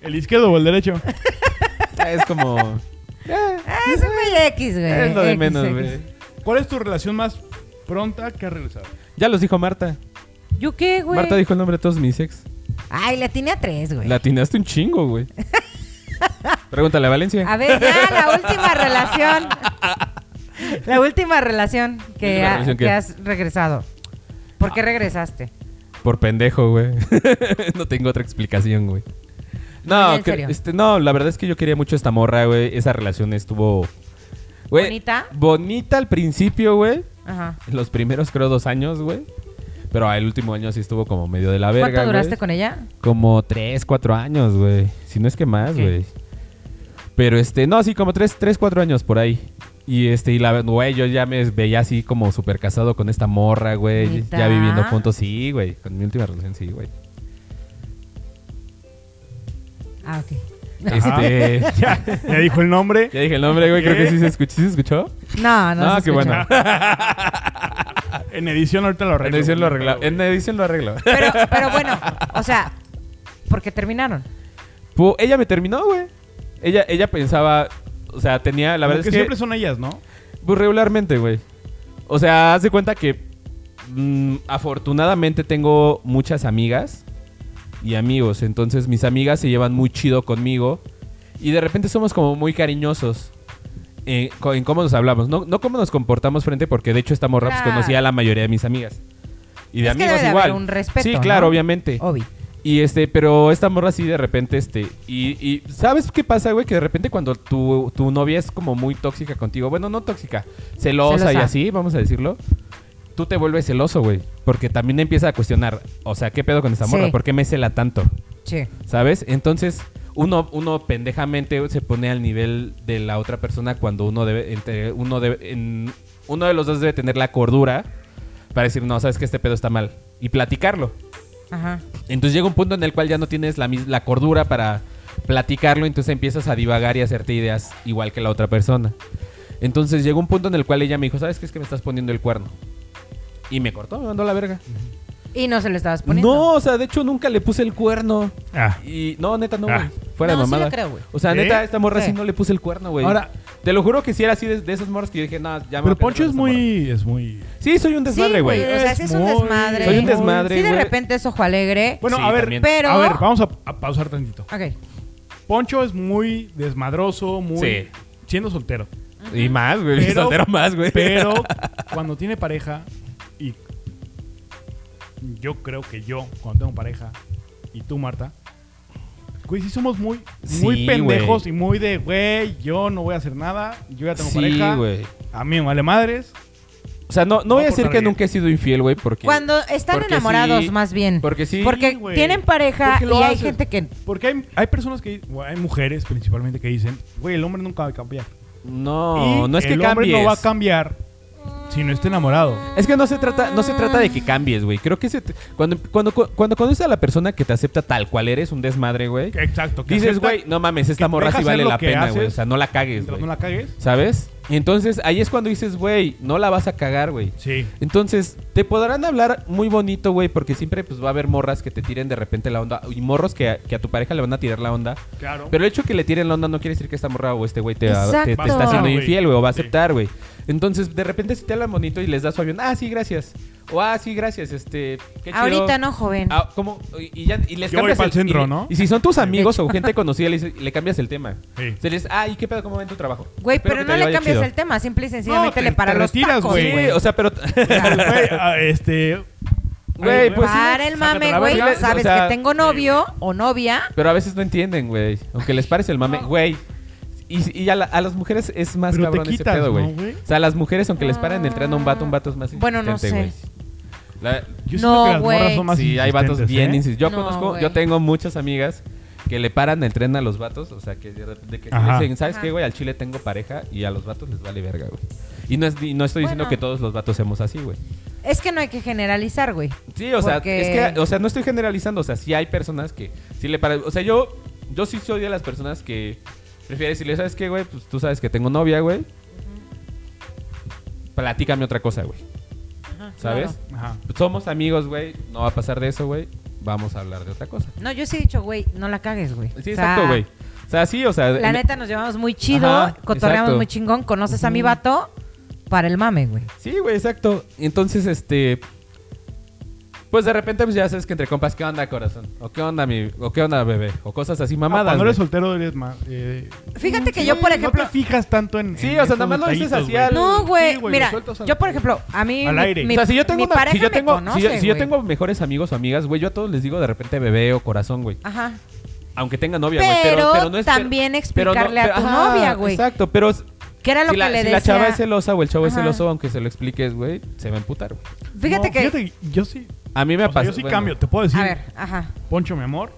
C: ¿El izquierdo o el derecho?
B: Es como...
A: Ah, es un güey X, güey.
B: es lo de
A: Eh, X,
B: menos,
A: X.
B: güey.
C: ¿Cuál es tu relación más pronta que has regresado?
B: Ya los dijo Marta.
A: ¿Yo qué, güey?
B: Marta dijo el nombre de todos mis ex.
A: Ay, le atiné a tres, güey.
B: La atinaste un chingo, güey. Pregúntale a Valencia.
A: A ver, ya, la última relación. La última relación que,
B: ¿Última
A: ha-
B: relación Ah.
A: que
B: qué?
A: has regresado. ¿Por qué regresaste?
B: Por pendejo, güey. no tengo otra explicación, güey.
A: No, ya,
B: No,
A: en
B: que-
A: serio.
B: este, no, la verdad es que yo quería mucho esta morra, güey. Esa relación estuvo... güey,
A: ¿Bonita?
B: Bonita al principio, güey.
A: Ajá.
B: En Los primeros, creo, dos años, güey. Pero el último año sí estuvo como medio de la verga,
A: ¿Cuánto duraste
B: güey.
A: con ella?
B: Como tres, cuatro años, güey. Si no es que más,
A: Ok.
B: güey. Pero este, no, sí, como tres, tres, cuatro años por ahí. Y este, y la güey, yo ya me veía así como súper casado con esta morra, güey.
A: ¿Neta?
B: Ya viviendo juntos, sí, güey. Con mi última relación, sí, güey.
A: Ah, ok.
C: Ajá.
B: Este.
C: Ya, ya dijo el nombre.
B: Ya dije el nombre, güey. Creo
C: ¿Qué?
B: que sí se escuchó. ¿Sí se escuchó?
A: Ah, No, no.
B: No,
A: se
B: qué
A: escucha.
B: bueno.
C: En edición ahorita lo
B: En
C: arreglo.
B: edición lo arregla. En edición lo arregla.
A: Pero, pero bueno, o sea, porque terminaron.
B: Pu- ella me terminó, güey. Ella, ella pensaba. O sea, tenía. La
C: La
B: verdad es que.
C: siempre son ellas, ¿no?
B: Pues regularmente, güey. O sea, haz de cuenta que mm, afortunadamente tengo muchas amigas y amigos. Entonces mis amigas se llevan muy chido conmigo. Y de repente somos como muy cariñosos en, co- en cómo nos hablamos. No, no cómo nos comportamos frente, porque de hecho esta morra pues,
A: Claro.
B: conocía a la mayoría de mis amigas. Y de
A: Ah. Es que
B: amigos
A: debe de
B: igual.
A: haber un respeto,
B: sí,
A: ¿no?
B: claro, obviamente.
A: Obi.
B: Y este, pero esta morra sí de repente, este, y, y ¿sabes qué pasa, güey? Que de repente cuando tu, tu novia es como muy tóxica contigo, bueno, no tóxica, celosa, y
A: Celosa.
B: así, vamos a decirlo, tú te vuelves celoso, güey, porque también empieza a cuestionar, o sea, ¿qué pedo con esta morra?
A: Sí.
B: ¿Por qué me cela tanto?
A: Sí.
B: ¿Sabes? Entonces, uno, uno pendejamente se pone al nivel de la otra persona cuando uno debe, entre, uno debe, en- uno de los dos debe tener la cordura para decir, no, sabes que este pedo está mal, y platicarlo.
A: Ajá.
B: Entonces llega un punto en el cual ya no tienes la, mis- la cordura para platicarlo, entonces empiezas a divagar y a hacerte ideas igual que la otra persona. Entonces llegó un punto en el cual ella me dijo, ¿sabes qué es que me estás poniendo el cuerno? Y me cortó, me mandó a la verga.
A: Y no se lo estabas poniendo.
B: No, o sea, de hecho nunca le puse el cuerno.
C: Ah.
B: Y no, neta, no,
C: Ah.
B: güey. Fuera de
A: No, sí
B: mamada.
A: lo creo, güey.
B: O sea,
C: ¿Eh?
B: neta, esta morra
A: Sí.
B: sí no le puse el cuerno, güey.
C: Ahora-
B: te lo juro que si era así de, de esos morros que yo dije, no, ya me voy a
C: Pero
B: pelear
C: Poncho
B: con
C: es
B: esta morra".
C: muy. Es muy...
B: Sí, soy un desmadre,
A: sí,
B: güey.
A: O sea, sí es un
C: Muy-
A: desmadre.
B: Soy un desmadre,
A: Sí, de
B: güey.
A: repente es ojo alegre.
C: Bueno,
B: Sí,
C: a ver.
B: también.
A: pero.
C: A ver, vamos a, a pausar tantito.
A: Ok.
C: Poncho es muy desmadroso, muy.
B: Sí.
C: Siendo soltero.
B: Y más, güey.
C: Pero-
B: soltero más, güey.
C: Pero cuando tiene pareja y. Yo creo que yo, cuando tengo pareja, y tú, Marta. Güey, sí somos muy, muy
B: Sí,
C: pendejos
B: güey.
C: y muy de, güey, yo no voy a hacer nada, yo ya tengo
B: sí,
C: pareja.
B: güey.
C: A mí me vale madres.
B: O sea, no, no,
C: No
B: voy a
C: por
B: decir que
C: nadie.
B: nunca he sido infiel, güey, porque...
A: Cuando están
B: porque
A: enamorados,
B: sí,
A: más bien.
B: Porque sí...
A: Porque
C: güey.
A: tienen pareja
C: Porque lo
A: y hay
C: haces.
A: gente que.
C: Porque hay, hay personas que, bueno, hay mujeres principalmente que dicen, güey, el hombre nunca va a cambiar.
B: No,
C: Y
B: no es que
C: el hombre
B: cambies.
C: no va a cambiar si no está enamorado.
B: es que no se trata, no se trata de que cambies, güey. Creo que se te- cuando, cuando, cuando conoces a la persona que te acepta tal cual eres, un desmadre, güey.
C: Exacto. que
B: Dices,
C: acepta
B: güey, no mames,
C: que
B: esta morra
C: deja
B: sí
C: hacer
B: vale
C: lo
B: la
C: que
B: pena, güey. O
C: haces
B: sea, no la cagues,
C: Mientras
B: güey.
C: no la cagues.
B: ¿Sabes? Entonces, ahí es cuando dices, güey, no la vas a cagar, güey.
C: Sí.
B: Entonces, te podrán hablar muy bonito, güey, porque siempre pues va a haber morras que te tiren de repente la onda y morros que, a- que a tu pareja le van a tirar la onda.
C: Claro.
B: Pero el hecho que le tiren la onda no quiere decir que esta morra o este güey te, va- te- te
A: Exacto.
B: está haciendo
C: Güey.
B: infiel, güey, o va a
C: Sí.
B: aceptar, güey. Entonces, de repente si te hablan bonito y les das su avión, ah, sí, gracias. O ah, sí, gracias, este, qué chido.
A: Ahorita no, joven.
B: Ah, ¿cómo? Y, y ya, y les
C: Yo voy
B: cambias
C: pa'l centro,
B: y le-
C: ¿no?
B: Y si son tus amigos o gente conocida, le, dices- le cambias el tema.
C: Sí.
B: Se les, ah, ¿y qué pedo? ¿Cómo va en tu trabajo?
A: Güey,
B: Espero
A: pero
B: que te
A: no le
B: vaya
A: cambias
B: chido.
A: el tema, simple y sencillamente
C: te-
A: le para
C: te
A: los
C: retiras,
A: tacos,
C: güey.
A: güey.
B: Sí, o sea, pero...
C: Güey, ah, este.
B: Güey, pues sí.
A: para el
C: sácate
A: mame,
C: la
A: güey.
B: verga.
A: Sabes
B: O sea,
A: que tengo novio o novia.
B: Pero a veces no entienden, güey. Aunque les parece el mame, güey. Y, y a, la- a las mujeres es más
C: Pero te
B: cabrón
C: quitas,
B: ese pedo, güey.
C: ¿no, güey?
B: o sea, a las mujeres, aunque les paren el tren a un vato, un vato es más
A: Bueno, no
B: insistente,
A: sé.
B: güey. La-
C: Yo
A: No,
C: siento que las
A: güey.
C: morras son más
B: sí, hay vatos
C: insistentes,
B: bien
C: ¿eh?
B: insistentes. Yo
A: No,
B: conozco,
A: güey.
B: yo tengo muchas amigas que le paran el tren a los vatos. O sea, que de repente que
C: Ajá.
B: dicen, ¿sabes
A: Ajá.
B: qué, güey? Al chile tengo pareja y a los vatos les vale verga, güey. Y no, es, y no estoy diciendo
A: Bueno.
B: que todos los vatos seamos así, güey.
A: Es que no hay que generalizar, güey.
B: Sí, o sea,
A: Porque-
B: es que, o sea, no estoy generalizando, o sea, sí hay personas que sí le paran. O sea, yo, yo sí soy de las personas que prefiere decirle, ¿sabes qué, güey? Pues tú sabes que tengo novia, güey. Platícame otra cosa, güey. ¿Sabes?
A: claro.
C: Ajá.
B: Somos amigos, güey. No va a pasar de eso, güey. Vamos a hablar de otra cosa.
A: No, yo sí he dicho, güey, no la cagues, güey.
B: Sí,
A: O sea,
B: exacto, güey. O sea, sí, o sea.
A: La
B: en-
A: neta nos llevamos muy chido,
B: Ajá,
A: cotorreamos
B: exacto.
A: muy chingón, conoces a mi vato para el mame, güey.
B: Sí, güey, exacto. Entonces, este. Pues de repente, pues ya sabes que entre compas, ¿qué onda, corazón? ¿O qué onda, mi.? ¿O qué onda, bebé? O cosas así
C: Ah,
B: mamadas.
C: Cuando eres
B: güey.
C: soltero eres más. eh,
A: Fíjate que yo, por
C: no
A: ejemplo-
C: te fijas tanto en.
B: Sí,
C: en
B: o sea,
C: esos
B: nada más lo dices
C: detallitos,
B: así
C: güey.
B: al-
A: No, güey.
C: Sí, güey,
A: mira,
C: lo sueltas al-
A: yo, por ejemplo, a mí.
C: Al aire.
B: o sea, si yo tengo,
A: mi
B: una-
A: pareja
B: si yo
A: me
B: tengo, si yo-
A: conoce,
B: si yo
A: güey.
B: tengo mejores amigos o amigas, güey, yo a todos les digo de repente bebé o corazón, güey.
A: Ajá.
B: Aunque tenga novia, güey. Pero,
A: Pero,
B: pero no es.
A: también
B: pero no-
A: explicarle a
B: pero-
A: tu
B: ajá,
A: novia, güey.
B: Exacto, pero. es-
A: Que era lo
B: si
A: que
B: la,
A: le
B: si
A: decía.
B: la chava es celosa o el chavo es
A: Ajá.
B: celoso, aunque se lo expliques, güey, se va a emputar, güey.
A: Fíjate
C: No,
A: que.
C: Fíjate, yo sí.
B: A mí me
C: o sea,
B: pasa.
C: yo sí
B: bueno,
C: cambio, te puedo decir.
A: A ver, ajá.
C: Poncho, mi amor.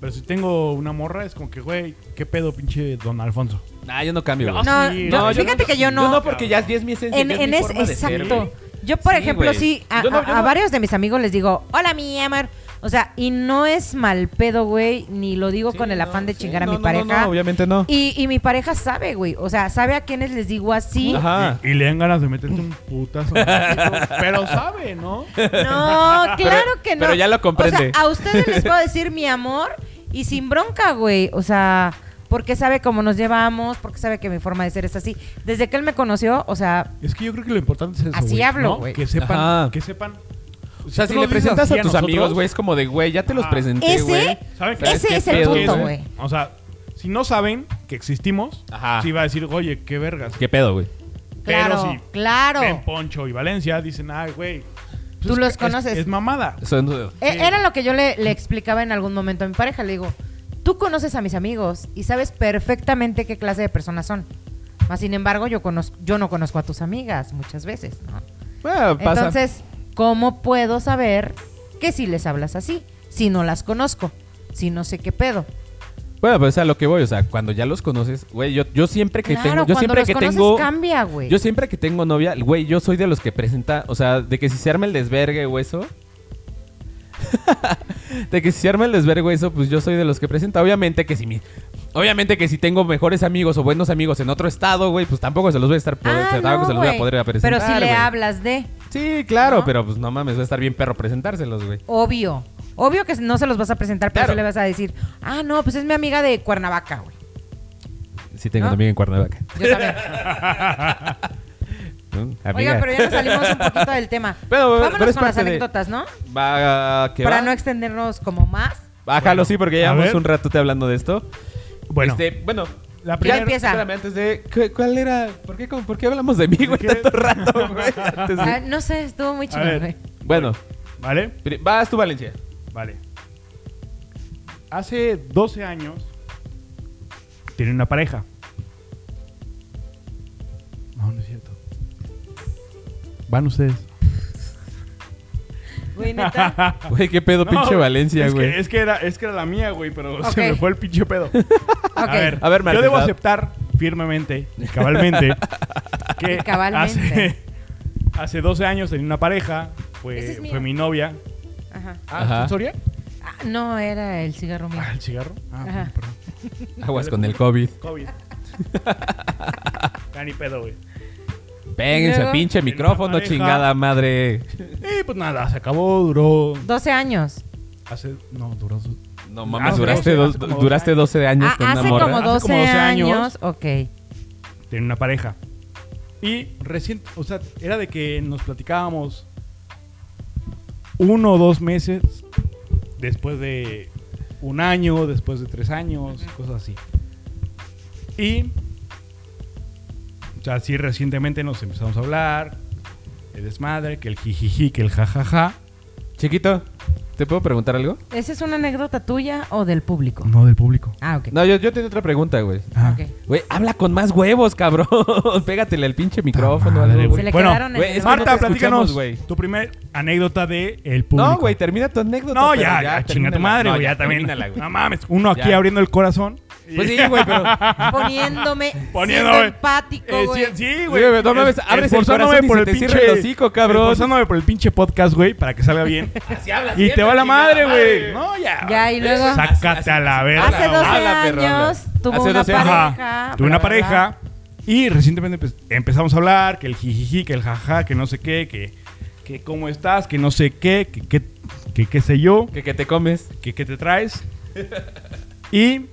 C: Pero si tengo una morra, es como que, güey, ¿qué pedo, pinche don Alfonso?
B: Nah, yo no cambio, güey.
A: No,
C: Ah, sí,
A: yo-
C: no, yo
A: fíjate
B: no-
A: que yo no.
B: Yo no, porque ya, es- ya es mi esencia.
A: en
B: ya es
A: en
B: mi
A: es
B: forma de ser,
A: exacto.
B: güey.
A: yo, por
B: Sí,
A: ejemplo,
B: güey.
A: sí, a,
B: Yo no-
A: a-
B: yo
A: a
B: no-
A: varios de mis amigos les digo, hola, mi amor. O sea, y no es mal pedo, güey, ni lo digo
B: Sí,
A: con el
B: no,
A: afán de
B: sí,
A: chingar
B: no,
A: a mi
B: no, no,
A: pareja.
B: No, obviamente no.
A: Y, y mi pareja sabe, güey. O sea, sabe a quienes les digo así.
B: Ajá.
C: Y le dan ganas de meterte un putazo. pero sabe, ¿no?
A: No, claro
B: Pero-
A: que no.
B: pero ya lo comprende.
A: O sea, a ustedes les puedo decir mi amor y sin bronca, güey. O sea, porque sabe cómo nos llevamos, porque sabe que mi forma de ser es así. Desde que él me conoció, o sea,
C: Es que yo creo que lo importante es eso.
A: Así
C: güey,
A: hablo,
C: ¿no?
A: güey.
C: Que sepan.
B: Ajá.
C: Que sepan.
B: O sea, si
C: tú
B: le
C: lo dices
B: presentas
C: así
B: a tus
C: nosotros,
B: amigos, güey, es como de, güey, ya te los
C: Ah.
B: presenté,
A: Ese-
B: güey.
C: ¿saben qué?
B: ¿Sabes
A: Ese
B: qué
A: es el
B: pedo,
A: punto,
B: güey?
A: güey.
C: O sea, si no saben que existimos,
B: Ajá.
C: sí va a decir, oye, qué vergas.
B: ¿Qué pedo, güey?
A: claro,
C: pero si
A: claro.
C: ven Poncho y Valencia, dicen, ay, güey. pues
A: Tú
C: es-
A: los
C: es-
A: conoces.
C: Es, mamada.
B: Son-
A: E- Era lo que yo le, le explicaba en algún momento a mi pareja. Le digo, tú conoces a mis amigos y sabes perfectamente qué clase de personas son. Mas, sin embargo, yo, conozco, yo no conozco a tus amigas muchas veces, ¿no?
B: Bueno, pasa.
A: Entonces, ¿cómo puedo saber que si les hablas así? Si no las conozco, si no sé qué pedo.
B: Bueno, pues a lo que voy, o sea, cuando ya los conoces, güey, yo, yo siempre que
A: claro,
B: tengo, yo
A: cuando
B: siempre
A: los
B: que
A: conoces
B: tengo,
A: cambia, güey.
B: yo siempre que tengo novia, güey, yo soy de los que presenta, o sea, de que si se arma el desvergue o eso, de que si se arma el desvergue o eso, pues yo soy de los que presenta. Obviamente que si mi, obviamente que si tengo mejores amigos o buenos amigos en otro estado, güey, pues tampoco se los voy a estar, po- o
A: Ah,
B: sea, tampoco
A: no,
B: se los voy a
A: güey.
B: poder presentar.
A: Pero si le
B: güey.
A: hablas de,
B: Sí, claro,
A: ¿No?
B: pero pues no mames, va a estar bien perro presentárselos, güey.
A: obvio. Obvio que no se los vas a presentar, pero
B: Claro.
A: sí le vas a decir, ah, no, pues es mi amiga de Cuernavaca, güey.
B: Sí tengo
A: ¿No?
B: también en Cuernavaca.
A: Yo también.
B: Mm,
A: Oiga,
B: amiga.
A: pero ya nos salimos un poquito del tema.
B: Pero-
A: Vámonos
B: pero es
A: con las
B: parte de-
A: anécdotas, ¿no?
B: Va, que
A: Para
B: va.
A: no extendernos como más.
B: Bájalo, sí, porque
C: a
B: llevamos
C: ver.
B: un ratote hablando de esto.
C: Bueno,
B: Este, bueno.
C: la
A: Ya
C: primera.
A: empieza.
B: Espérame, antes de. ¿cu- ¿Cuál era? ¿Por qué, cómo- por qué hablamos de mí, güey,
C: qué?
B: tanto rato, güey? Antes de-
A: Ah, no sé, estuvo muy
C: A
A: chido,
C: ver.
A: güey.
B: Bueno,
C: ¿Vale?
B: pri- vas tú, Valencia.
C: Vale. Hace 12 años tiene una pareja. No, no es cierto. Van ustedes.
A: Güey, neta.
B: Güey, qué pedo,
C: No,
B: pinche Valencia,
C: es que-
B: güey.
C: Es, que era, es que era la mía, güey, pero
A: Ok.
C: se me fue el pinche pedo. A
A: Ok.
C: ver,
B: A ver, Marta,
C: yo debo
B: ¿verdad?
C: aceptar firmemente y cabalmente que
A: Y cabalmente.
C: Hace, hace 12 años tenía una pareja,
A: Ese
C: fue,
A: es mío.
C: fue mi novia.
A: Ajá.
B: Ajá.
C: ¿Soria?
A: Ah, no, era el cigarro mío.
C: Ah, el cigarro. Ah,
A: Ajá.
C: perdón.
B: Aguas con el COVID.
C: COVID. Ah, ni pedo, güey.
B: Péguense
A: luego?
B: al pinche micrófono,
C: pareja.
B: chingada madre.
C: Y pues nada, se acabó, duró.
A: 12 años.
C: Hace. No, duró. su-
B: No mames,
C: hace
B: duraste,
C: doce,
B: dos-
C: hace como doce
B: duraste 12 años
A: Ah,
B: con una
A: hace
B: morra.
A: como
C: Hace
A: 12
C: como 12
A: años.
C: años.
A: Ok.
C: Tenía una pareja. Y recién. O sea, era de que nos platicábamos uno o dos meses después de un año, después de tres años, cosas así. Y. O sea, sí, recientemente nos empezamos a hablar. El desmadre, que el jijiji, que el jajaja.
B: Chiquito, ¿te puedo preguntar algo?
A: ¿Esa es una anécdota tuya o del público?
C: No del público.
A: Ah, ok.
B: No, yo, yo tenía otra pregunta, güey.
C: Ah.
A: Ok.
B: Güey, habla con más huevos, cabrón. Pégatele al pinche micrófono.
C: madre,
B: algo,
A: Se
B: güey.
A: le
C: Bueno,
A: quedaron en
B: güey,
A: el
B: es que
A: olor.
C: Marta,
B: no te escuchamos,
C: platícanos
B: güey.
C: tu primer anécdota de el público.
B: No, güey, termina tu anécdota.
C: No,
B: pero
C: ya, ya, chinga tu
B: termínala.
C: madre,
B: No,
C: güey, ya, también.
B: termínala, güey.
C: No mames, uno aquí
B: Ya.
C: abriendo el corazón.
B: Pues sí, güey, pero.
A: Poniéndome,
C: Poniendo,
A: siendo
C: güey.
A: empático,
C: Ah. Eh,
A: güey.
C: sí, sí, güey.
B: Sí, güey, no mames,
C: Es-
B: abres el
C: esforzándome
B: corazón y
C: por
B: se
C: el
B: te
C: pinche
B: cierra el hocico, cabrón.
C: Esforzándome por el pinche podcast, güey, para que salga bien.
B: Así habla
C: y te
B: siempre,
C: va la
B: chingada
C: madre, güey. No, ya.
A: Ya, y luego...
B: Exacto.
C: Sácate a la verga.
A: Hace
C: güey.
A: 12
B: Habla, perro, habla.
A: años tuvo
B: Hace
A: una
B: 12 años.
A: pareja.
C: Ajá.
A: bla,
C: Tuve una
A: bla, bla.
C: pareja y recientemente pues, empezamos a hablar que el jijiji, que el jaja, que no sé qué, que, que cómo estás, que no sé qué, que qué que, qué sé yo,
B: Que, que te comes.
C: que qué te traes. Y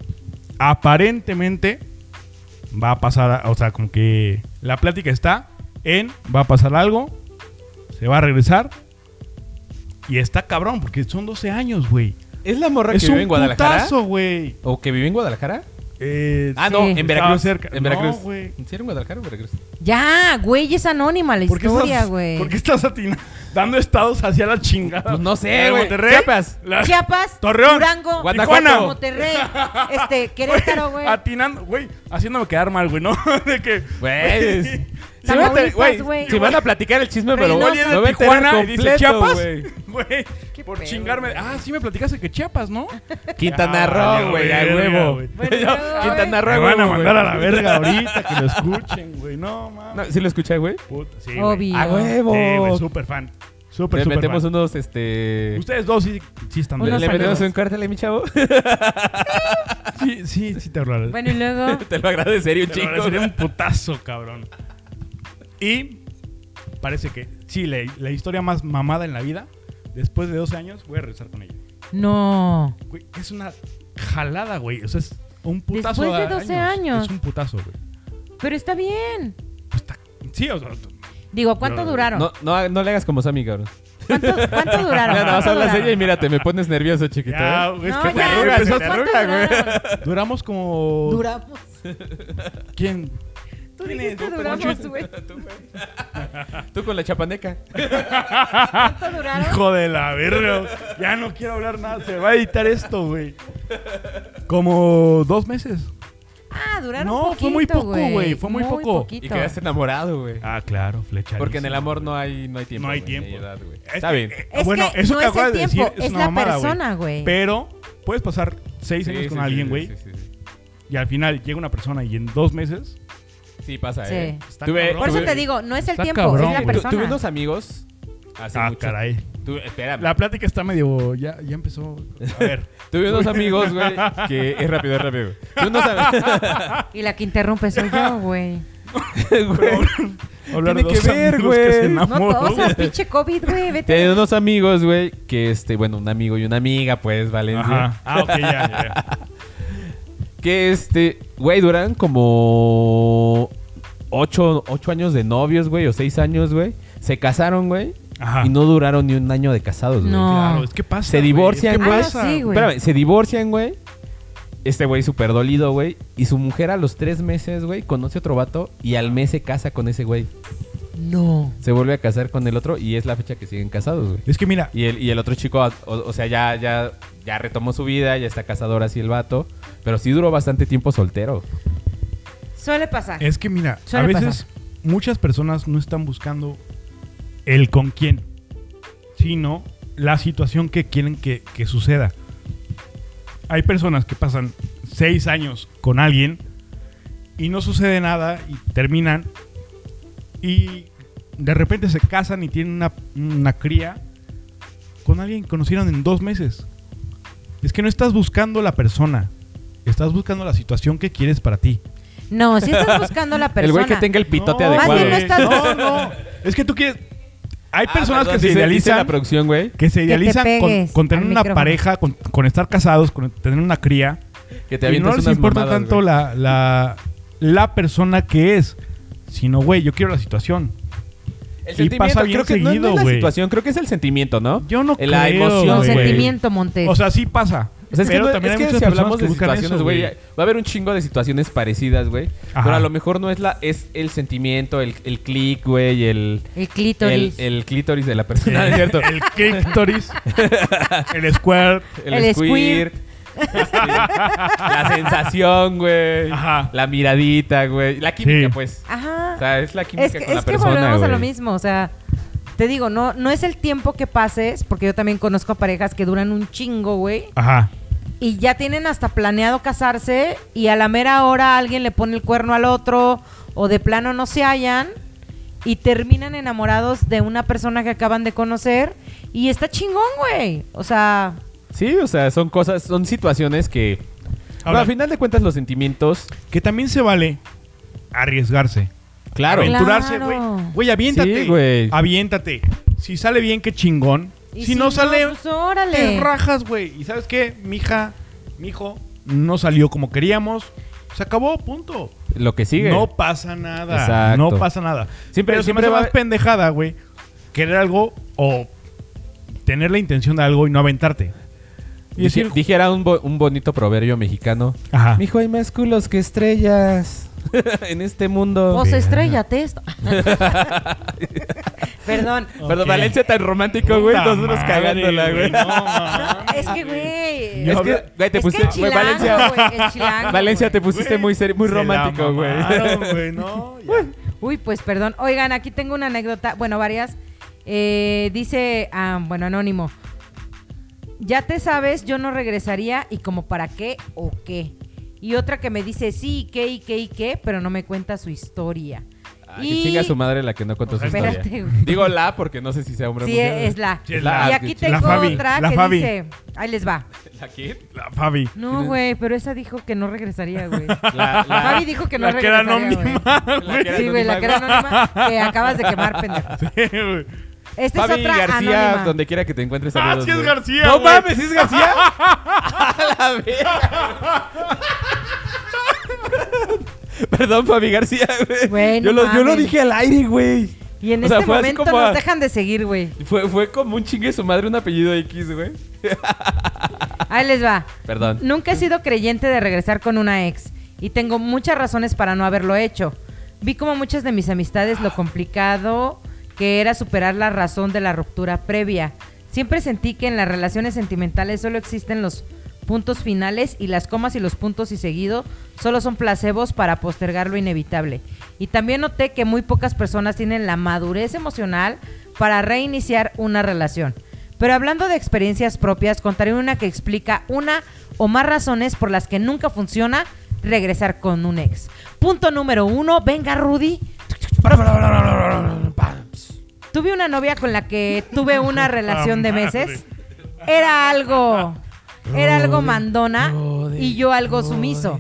C: aparentemente va a pasar, o sea, como que la plática está en va a pasar algo, se va a regresar. Y está cabrón, porque son 12 años, güey.
B: ¿Es la morra
C: Es
B: que vive
C: un
B: en Guadalajara?
C: putazo, güey.
B: ¿O que vive en Guadalajara?
C: Eh,
B: Ah,
C: sí,
B: no, en
C: estaba
B: Veracruz.
C: cerca.
B: En Veracruz.
C: No, güey.
B: ¿Sí era en Guadalajara o Veracruz?
A: Ya, güey, es anónima la
C: ¿Por qué
A: historia,
C: estás-
A: güey.
C: ¿Por qué estás atina- dando estados hacia la chingada?
B: Pues no sé,
C: La de
B: güey.
C: Monterrey,
B: Chiapas.
C: la-
A: Chiapas,
C: Torreón,
A: Durango,
B: Guanajuato.
A: Tijuana, Monterrey, este, Querétaro, güey.
C: Atinando, güey, haciéndome quedar mal, güey, ¿no? De que.
B: Güey. Si, van a-
A: Tamaulipas,
B: güey,
A: güey.
B: si van a platicar el chisme, pero
A: Reynosa.
B: güey, lo
C: Oye, de
B: voy a enterar
C: Tijuana y dice
B: completo,
C: Chiapas.
B: güey.
C: Güey, por
A: pedo,
C: chingarme. Ah, sí me platicaste que Chiapas, ¿no?
B: Quintana
C: Ya,
B: Roo,
C: valió
B: güey, a
C: Ah, verga,
B: huevo.
C: güey.
A: Bueno,
B: Yo,
A: luego,
B: Quintana
C: Me
B: Roo,
C: van a
B: huevo,
C: mandar a
B: güey.
C: la verga ahorita que lo escuchen, güey. No, mames.
B: No, ¿Sí lo escuché, güey?
C: Puta, sí, güey.
A: Obvio.
B: A
C: Sí,
B: huevo.
C: güey, súper fan. Súper,
B: Le
C: súper
B: metemos
C: fan.
B: unos, este...
C: Ustedes dos sí, sí están
A: Unos
B: Le metemos
A: saludos.
B: un cártel a mi chavo.
C: Sí, sí, sí te hablaré.
A: Bueno, y luego,
B: Te lo agradecería un
C: Pero
B: chico.
C: ahora sería un putazo, cabrón. Y parece que, sí, la, la historia más mamada en la vida, después de 12 años, voy a regresar con ella.
A: no.
C: Güey, es una jalada, güey. O sea, es un putazo.
A: Después de
C: a
A: 12 años.
C: Es un putazo, güey.
A: Pero está bien.
C: Pues está- Sí, o sea, tú-
A: Digo, ¿cuánto
C: Pero-
A: duraron?
B: No, no, no le hagas como Sammy, cabrón.
A: ¿Cuánto, cuánto duraron?
B: Mira, nada más
A: ¿Cuánto
B: hablas de ella y
A: duraron?
B: mírate, me pones nervioso, chiquito.
C: ya,
B: ¿eh?
C: güey, es
A: No, ya.
C: que güey,
B: Arrugas,
C: empezó-
B: te
A: ¿Cuánto
B: arruga, güey.
A: duraron?
C: duramos como.
A: Duramos.
C: ¿Quién?
A: Tú
C: ¿Quién es?
A: dijiste
C: Don
A: duramos,
C: Pancho.
A: güey.
B: Tú con la chapaneca.
A: ¿Cuánto duraron?
C: Ah, Hijo de la verga. güey. Ya no quiero hablar nada. Se va a editar esto, güey. Como dos meses.
A: Ah, duraron
C: No,
A: poquito,
C: fue muy poco, güey, fue muy poco.
B: Y
A: poquito.
B: quedaste enamorado, güey.
C: Ah, claro, flecha.
B: Porque en el amor no hay, no hay tiempo.
C: No hay
B: güey, ni
C: tiempo.
B: edad, güey.
C: Es
B: Está
C: que-
B: bien.
A: Es
C: bueno,
A: que
C: eso
A: no
C: que
A: es
C: acabas
A: el
C: de
A: tiempo,
C: decir es
A: es
C: una
A: la
C: mamada, güey.
A: persona, güey.
C: Pero puedes pasar seis años
B: Sí,
C: con
B: sí,
C: alguien,
B: sí,
C: güey.
B: Sí, sí, sí.
C: Y al final llega una persona y en dos meses.
B: Sí, pasa,
A: Sí.
B: eh.
C: Está
B: Tuve-
C: cabrón,
A: Por eso
C: güey.
A: te digo, no es el
C: Está
A: tiempo,
C: cabrón,
A: es la
C: güey.
B: Tu-
A: persona.
B: Tuve unos amigos hace
C: Ah,
B: mucho.
C: caray.
B: Tuve- espérame.
C: La plática está medio. Ya, ya empezó. A ver.
B: Tuve unos amigos, güey, que es rápido, es rápido. güey. Tuve unos amigos,
A: Y la que interrumpe soy yo, güey.
B: güey.
C: hablar
B: Tiene que
C: dos
B: ver,
C: amigos que
B: güey.
C: se
B: No
A: No
C: enamoran.
A: tosas, pinche COVID, güey.
B: Tenía
A: Vete.
B: unos amigos, güey, que este, bueno, un amigo y una amiga, pues, Valencia.
C: Ajá. Ah, ok, ya, ya, ya.
B: Que este, güey, duran como ocho, ocho años de novios, güey, o seis años, güey. Se casaron, güey.
C: Ajá.
B: Y no duraron ni un año de casados, güey.
A: No.
C: Claro, es que pasa.
B: Se
C: güey,
B: divorcian,
C: es que
B: güey.
C: pasa,
A: Ah, sí, güey.
B: Espérame, se divorcian, güey. Este güey súper dolido, güey. Y su mujer a los tres meses, güey, conoce otro vato y al mes se casa con ese güey.
A: No.
B: Se vuelve a casar con el otro y es la fecha que siguen casados, güey.
C: Es que mira,
B: Y el, y el otro chico, o, o sea, ya, ya, ya retomó su vida, ya está casado ahora sí el vato. Pero sí duró bastante tiempo soltero.
A: Suele pasar.
C: es que mira, a
A: Suele
C: veces muchas personas no están buscando el con quién, sino la situación que quieren que, que suceda. Hay personas que pasan seis años con alguien y no sucede nada y terminan y de repente se casan y tienen una, una cría con alguien que conocieron en dos meses. Es que no estás buscando la persona, estás buscando la situación que quieres para ti.
A: No, si estás buscando la persona.
B: El güey que tenga el pitote
C: No,
B: adecuado.
A: más bien no
C: güey.
A: estás-
C: No, no. Es que tú quieres. Hay
B: Ah,
C: personas
B: perdón,
C: que se
B: dice- dice
C: idealizan.
B: la producción, güey.
C: que se
A: te
C: idealizan con-
A: pegues
C: con, tener
A: al
C: una
A: micrófono.
C: pareja, con, con estar casados, con tener una cría.
B: Que te
C: y
B: avientas
C: no les
B: unas
C: importa
B: mamadas,
C: tanto
B: güey.
C: la, la, la persona que es, sino, güey, yo quiero la situación.
B: El
C: y
B: sentimiento,
C: pasa bien
B: creo que no
C: seguido,
B: es la
C: güey.
B: situación, creo que es el sentimiento, ¿no?
C: Yo no
B: La
C: creo,
B: emoción, güey.
A: Consentimiento, Montes.
C: O sea, sí pasa.
B: O sea, es que,
C: pero
B: no- es
C: también hay
B: que
C: muchas
B: si
C: personas
B: hablamos
C: que
B: de
C: buscan eso,
B: situaciones, güey, va a haber un chingo de situaciones parecidas, güey.
C: Ajá.
B: Pero a lo mejor no es la es el sentimiento, el, el click, güey, el,
A: el
B: el,
A: clítoris.
B: el clítoris de la persona, ¿no es cierto?
C: Eh, El clítoris, el squirt.
B: El,
A: el
B: squirt. este, la sensación, güey.
C: Ajá.
B: La miradita, güey. La química,
C: Sí.
B: pues.
A: Ajá.
B: O sea, es la química
A: Ah. es que,
B: con la
A: es que
B: persona,
A: volvemos a lo
B: güey.
A: mismo, o sea, te digo, no, no es el tiempo que pases, porque yo también conozco parejas que duran un chingo, güey,
C: Ajá.
A: y ya tienen hasta planeado casarse y a la mera hora alguien le pone el cuerno al otro o de plano no se hallan y terminan enamorados de una persona que acaban de conocer y está chingón, güey. O sea,
B: Sí, o sea, son cosas, son situaciones que...
C: Ahora-
B: Bueno, al final de cuentas, los sentimientos...
C: Que también se vale arriesgarse.
A: Claro.
B: Claro.
C: Aventurarse, güey. Güey, aviéntate.
B: Sí, güey.
C: Aviéntate. Si sale bien, qué chingón.
A: y
C: Si, no, sale,
A: pues, órale.
C: te rajas, güey. ¿Y sabes qué? Mi hija, mi hijo, no salió como queríamos. Se acabó, punto.
B: Lo que sigue.
C: No pasa nada.
B: Exacto.
C: No pasa nada.
B: Siempre-
C: Pero
B: siempre
C: siempre
B: va-
C: más pendejada, güey. Querer algo o tener la intención de algo y no aventarte. Y
B: Dije-
C: decir, Ah.
B: dijera un, bo- un bonito proverbio mexicano.
C: ajá.
B: Mijo, hay más culos que estrellas en este mundo.
A: Pues
C: Verga.
A: estrellate esto. Perdón.
B: Perdón,
C: Ok.
B: Valencia tan romántico, güey.
C: Puta
B: Nosotros
C: madre,
B: cagándola, güey.
C: No,
A: Es que, güey.
C: Yo
B: Es
C: hablo-
B: que, güey,
A: Es
B: te
A: que
B: pusiste.
A: el
B: güey,
A: chilango,
B: Valencia,
A: güey, el chilango,
B: Valencia, te
A: güey.
B: pusiste muy serio, muy
C: Se la
B: romántico, güey.
C: mamaron, güey. No, ya.
A: Uy, pues perdón. Oigan, aquí tengo una anécdota, bueno, varias. Eh, dice, ah, bueno, anónimo. Ya te sabes, yo no regresaría y como para qué o qué. Y otra que me dice sí, y qué, y qué, y qué, pero no me cuenta su historia.
B: Ah, que chinga su madre la que no contó su
A: Espérate,
B: historia.
A: güey.
B: Digo la porque no sé si sea hombre o
A: Sí,
B: mujer.
A: es la.
C: Sí, es la-
A: y aquí
B: la
A: tengo
C: Fabi,
A: otra
C: la
A: que
C: Fabi.
A: dice, ahí les va.
B: ¿La kid?
C: La Fabi.
A: No, güey, pero esa dijo que no regresaría, güey.
B: La, la-
A: Fabi dijo que no
C: la que era
A: regresaría. güey.
C: anónima,
B: la que era
A: Sí, güey, la
B: anónima,
A: que era
B: güey.
A: anónima que acabas de quemar, pendejo.
C: güey.
A: Esta
B: Fabi
A: es otra
B: García,
A: anónima.
B: donde quiera que te encuentres.
C: Ah,
B: saludos,
C: sí es
B: güey.
C: García,
B: No
C: güey.
B: mames, ¿sí es García. A la verga. Perdón, Fabi García, güey.
A: Güey, no
B: yo, lo, yo lo
A: mames.
B: dije al aire, güey.
A: Y en
B: O sea,
A: este
B: fue así
A: momento
B: como a-
A: nos dejan de seguir, güey.
B: Fue, fue como un chingue su madre un apellido X, güey.
A: Ahí les va.
B: Perdón.
A: Nunca he sido creyente de regresar con una ex y tengo muchas razones para no haberlo hecho. Vi como muchas de mis amistades lo complicado que era superar la razón de la ruptura previa. Siempre sentí que en las relaciones sentimentales solo existen los puntos finales y las comas y los puntos y seguido solo son placebos para postergar lo inevitable. Y también noté que muy pocas personas tienen la madurez emocional para reiniciar una relación. Pero hablando de experiencias propias, contaré una que explica una o más razones por las que nunca funciona regresar con un ex. Punto número uno, venga Rudy. Tuve una novia con la que tuve una relación de meses. Era algo, era algo mandona y yo algo sumiso.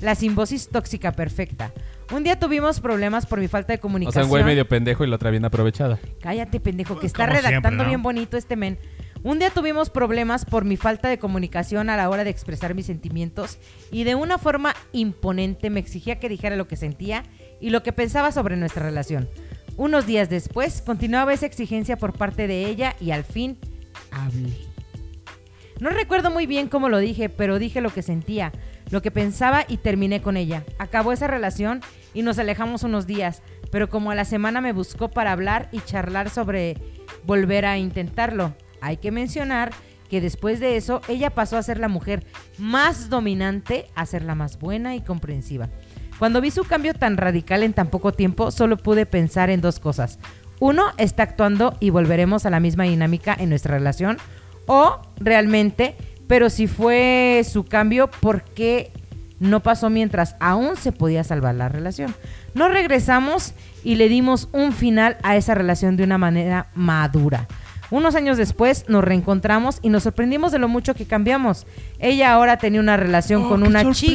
A: La simbosis tóxica perfecta. Un día tuvimos problemas por mi falta de
B: O
A: comunicación.
B: sea, un güey medio pendejo y la otra bien aprovechada.
A: Cállate, pendejo, que está
C: Como siempre,
A: redactando
C: ¿no?
A: bien bonito este men. Un día tuvimos problemas por mi falta de comunicación a la hora de expresar mis sentimientos y de una forma imponente me exigía que dijera lo que sentía y lo que pensaba sobre nuestra relación. Unos días después continuaba esa exigencia por parte de ella y al fin hablé. No recuerdo muy bien cómo lo dije, pero dije lo que sentía, lo que pensaba y terminé con ella. Acabó esa relación y nos alejamos unos días, pero como a la semana me buscó para hablar y charlar sobre volver a intentarlo. Hay que mencionar que después de eso ella pasó a ser la mujer más dominante, a ser la más buena y comprensiva. Cuando vi su cambio tan radical en tan poco tiempo, solo pude pensar en dos cosas. Uno, está actuando y volveremos a la misma dinámica en nuestra relación. O realmente, pero si fue su cambio, ¿por qué no pasó mientras aún se podía salvar la relación? No regresamos y le dimos un final a esa relación de una manera madura. Unos años después nos reencontramos y nos sorprendimos de lo mucho que cambiamos. Ella ahora tenía una relación
C: Oh,
A: con
C: qué
A: una
C: sorpresa.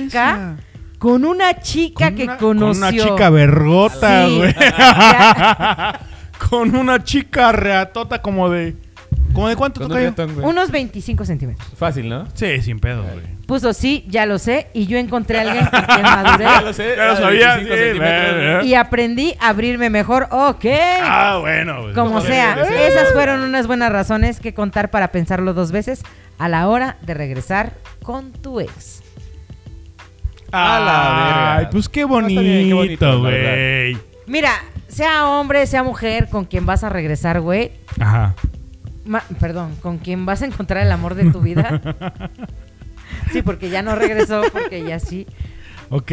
A: chica con una chica que
C: una-
A: conoció.
C: Con una chica vergota,
A: Sí.
C: güey.
A: Ya.
C: con una chica reatota como de. ¿Como de cuánto
B: Con
C: tocayo?
B: un ratón, güey.
A: Unos 25 centímetros.
B: Fácil, ¿no?
C: Sí, sin pedo, güey.
A: Puso sí, ya lo sé, y yo encontré a alguien con quien maduré.
B: Ya lo sé.
C: Ya lo
B: era de
C: sabía,
B: 25
C: sí,
B: centímetros,
C: ve,
B: güey.
C: ve.
A: Y aprendí a abrirme mejor. Ok.
C: Ah, bueno, güey.
A: Como
C: Sí,
A: sea,
C: sí, sí.
A: esas fueron unas buenas razones que contar para pensarlo dos veces a la hora de regresar con tu ex.
B: A la verga.
C: Ay, pues qué
B: No, está bien, qué bonito, la
C: bonito, güey.
A: Mira, sea hombre, sea mujer, con quien vas a regresar, güey.
C: Ajá.
A: ma- perdón, con quien vas a encontrar el amor de tu vida. Sí, porque ya no regresó, porque ya sí.
C: Ok.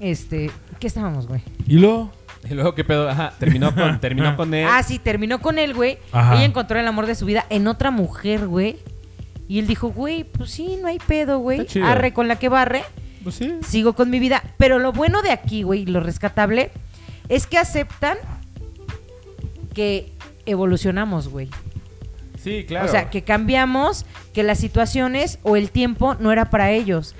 A: Este, ¿qué estábamos, güey?
C: ¿Y luego?
B: Y luego, ¿qué pedo? Ajá, terminó con, terminó con él.
A: Ah, sí, terminó con él, güey.
C: Ajá.
A: Ella encontró el amor de su vida en otra mujer, güey. Y él dijo, güey, pues sí, no hay pedo, güey.
B: Está chido.
A: Arre con la que barre.
B: Pues sí.
A: sigo con mi vida. Pero lo bueno de aquí, güey, y lo rescatable, es que aceptan que evolucionamos, güey.
B: Sí, claro.
A: O sea, que cambiamos, que las situaciones o el tiempo no era para ellos.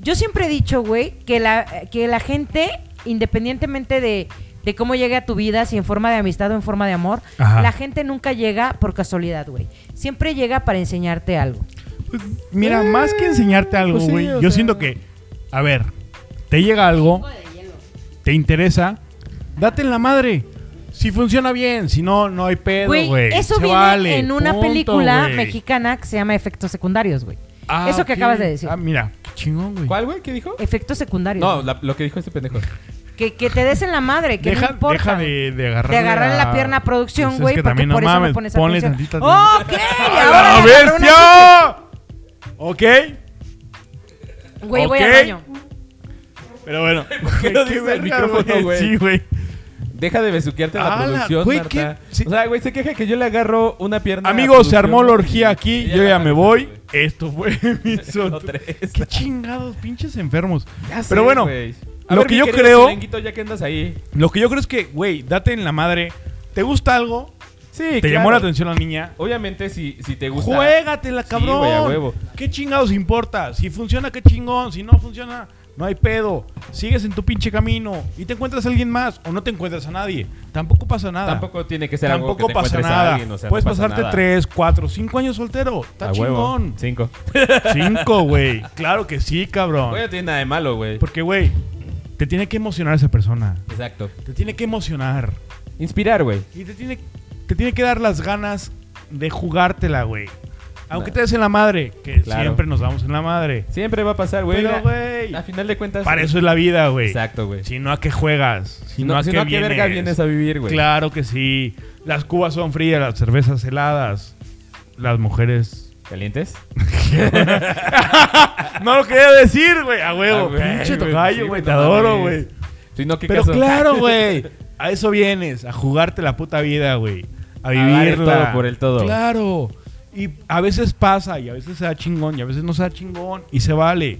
A: Yo siempre he dicho, güey, que la, que la gente, independientemente de, de cómo llegue a tu vida, si en forma de amistad o en forma de amor,
C: Ajá.
A: la gente nunca llega por casualidad, güey. Siempre llega para enseñarte algo.
C: Pues, mira, más que enseñarte algo,
B: Eh, pues sí,
C: güey.
B: o sea.
C: yo siento que, a ver, te llega algo, te interesa, date en la madre. Si funciona bien, si no, no hay pedo,
A: Güey,
C: güey.
A: eso
C: Se
A: viene
C: vale,
A: en una
C: punto,
A: película
C: güey.
A: mexicana que se llama Efectos Secundarios, güey.
C: Ah,
A: eso que
C: ok.
A: acabas de decir.
C: Ah, mira, qué chingón, güey.
B: ¿Cuál, güey? ¿Qué dijo?
A: Efectos secundarios.
B: No,
A: güey.
B: la- lo que dijo este pendejo.
A: que, que te des en la madre, que
C: Deja,
A: no importa.
C: deja
A: güey.
C: de, de agarrar.
A: Te agarran la pierna a producción, güey, porque
C: también
A: por
C: no
A: eso
C: mames,
A: no pones
C: ponle
A: atención. ¡Oh!
C: tantita
A: ¡Ok! ahora
C: ¡A la
A: le agarró una
C: bestia! Ok,
A: chica. Güey, voy al
C: Ok.
A: baño.
C: pero bueno.
B: qué no dice el micrófono, güey?
C: Sí, güey.
B: Deja de besuquearte a la
C: Ala,
B: producción,
C: Ah, güey,
B: Marta.
C: ¿qué? Sí.
B: O sea, güey, se queja que yo le agarro una pierna. a la
C: Amigos, se armó la
B: producción.
C: orgía aquí.
B: Ella
C: Yo ya
B: la-
C: me voy. Esto fue mi son.
B: tres.
C: Qué chingados, pinches enfermos.
B: Ya sé,
C: Pero bueno,
B: güey. A
C: lo
B: ver,
C: que
B: mi
C: yo
B: querido
C: creo-
B: Chilanguito, ya que andas ahí.
C: lo que yo creo es que, güey, date en la madre. ¿Te gusta algo?
B: Sí,
C: ¿Te llamó la atención la niña?
B: Obviamente, si, si te gusta.
C: Juégatela,
B: Sí,
C: cabrón.
B: güey, a huevo.
C: ¿Qué chingados importa? Si funciona, qué chingón. Si no funciona, no hay pedo. Sigues en tu pinche camino y te encuentras a alguien más o no te encuentras a nadie. Tampoco pasa nada.
B: Tampoco tiene que ser algo que
C: Tampoco
B: te
C: pasa
B: encuentres a
C: nada.
B: alguien, o sea, no
C: Puedes
B: pasa
C: pasarte
B: nada.
C: tres, cuatro, cinco años soltero. Está
B: A huevo.
C: chingón.
B: Cinco.
C: Cinco, güey. Claro que sí, cabrón.
B: Güey, no tiene nada de malo, güey.
C: Porque, güey, te tiene que emocionar esa persona.
B: Exacto.
C: Te tiene que emocionar.
B: Inspirar, güey.
C: Y te tiene, te tiene que dar las ganas de jugártela, güey. Aunque
B: Claro.
C: te des en la madre, que
B: Claro.
C: siempre nos damos en la madre.
B: Siempre va a pasar, güey.
C: Pero,
B: Mira,
C: güey,
B: A final de cuentas.
C: Para eso es la vida, güey.
B: Exacto, güey.
C: Si no, ¿a qué juegas? Si no, ¿a qué
B: si no, ¿a qué
C: vienes?
B: verga vienes a vivir, güey?
C: Claro que sí. Las cubas son frías, las cervezas heladas. Las mujeres...
B: ¿Calientes?
C: no lo quería decir, güey. A
B: Ah,
C: huevo.
B: güey,
C: Pinche
B: güey,
C: tocayo,
B: sí,
C: güey.
B: no
C: te adoro,
B: mames.
C: güey.
B: Si no, ¿qué
C: Pero
B: caso?
C: claro, güey. A eso vienes, a jugarte la puta vida, güey. A
B: dar el
C: vivirla.
B: todo por el todo.
C: Claro. Y a veces pasa, y a veces se da chingón, y a veces no se da chingón, y se vale.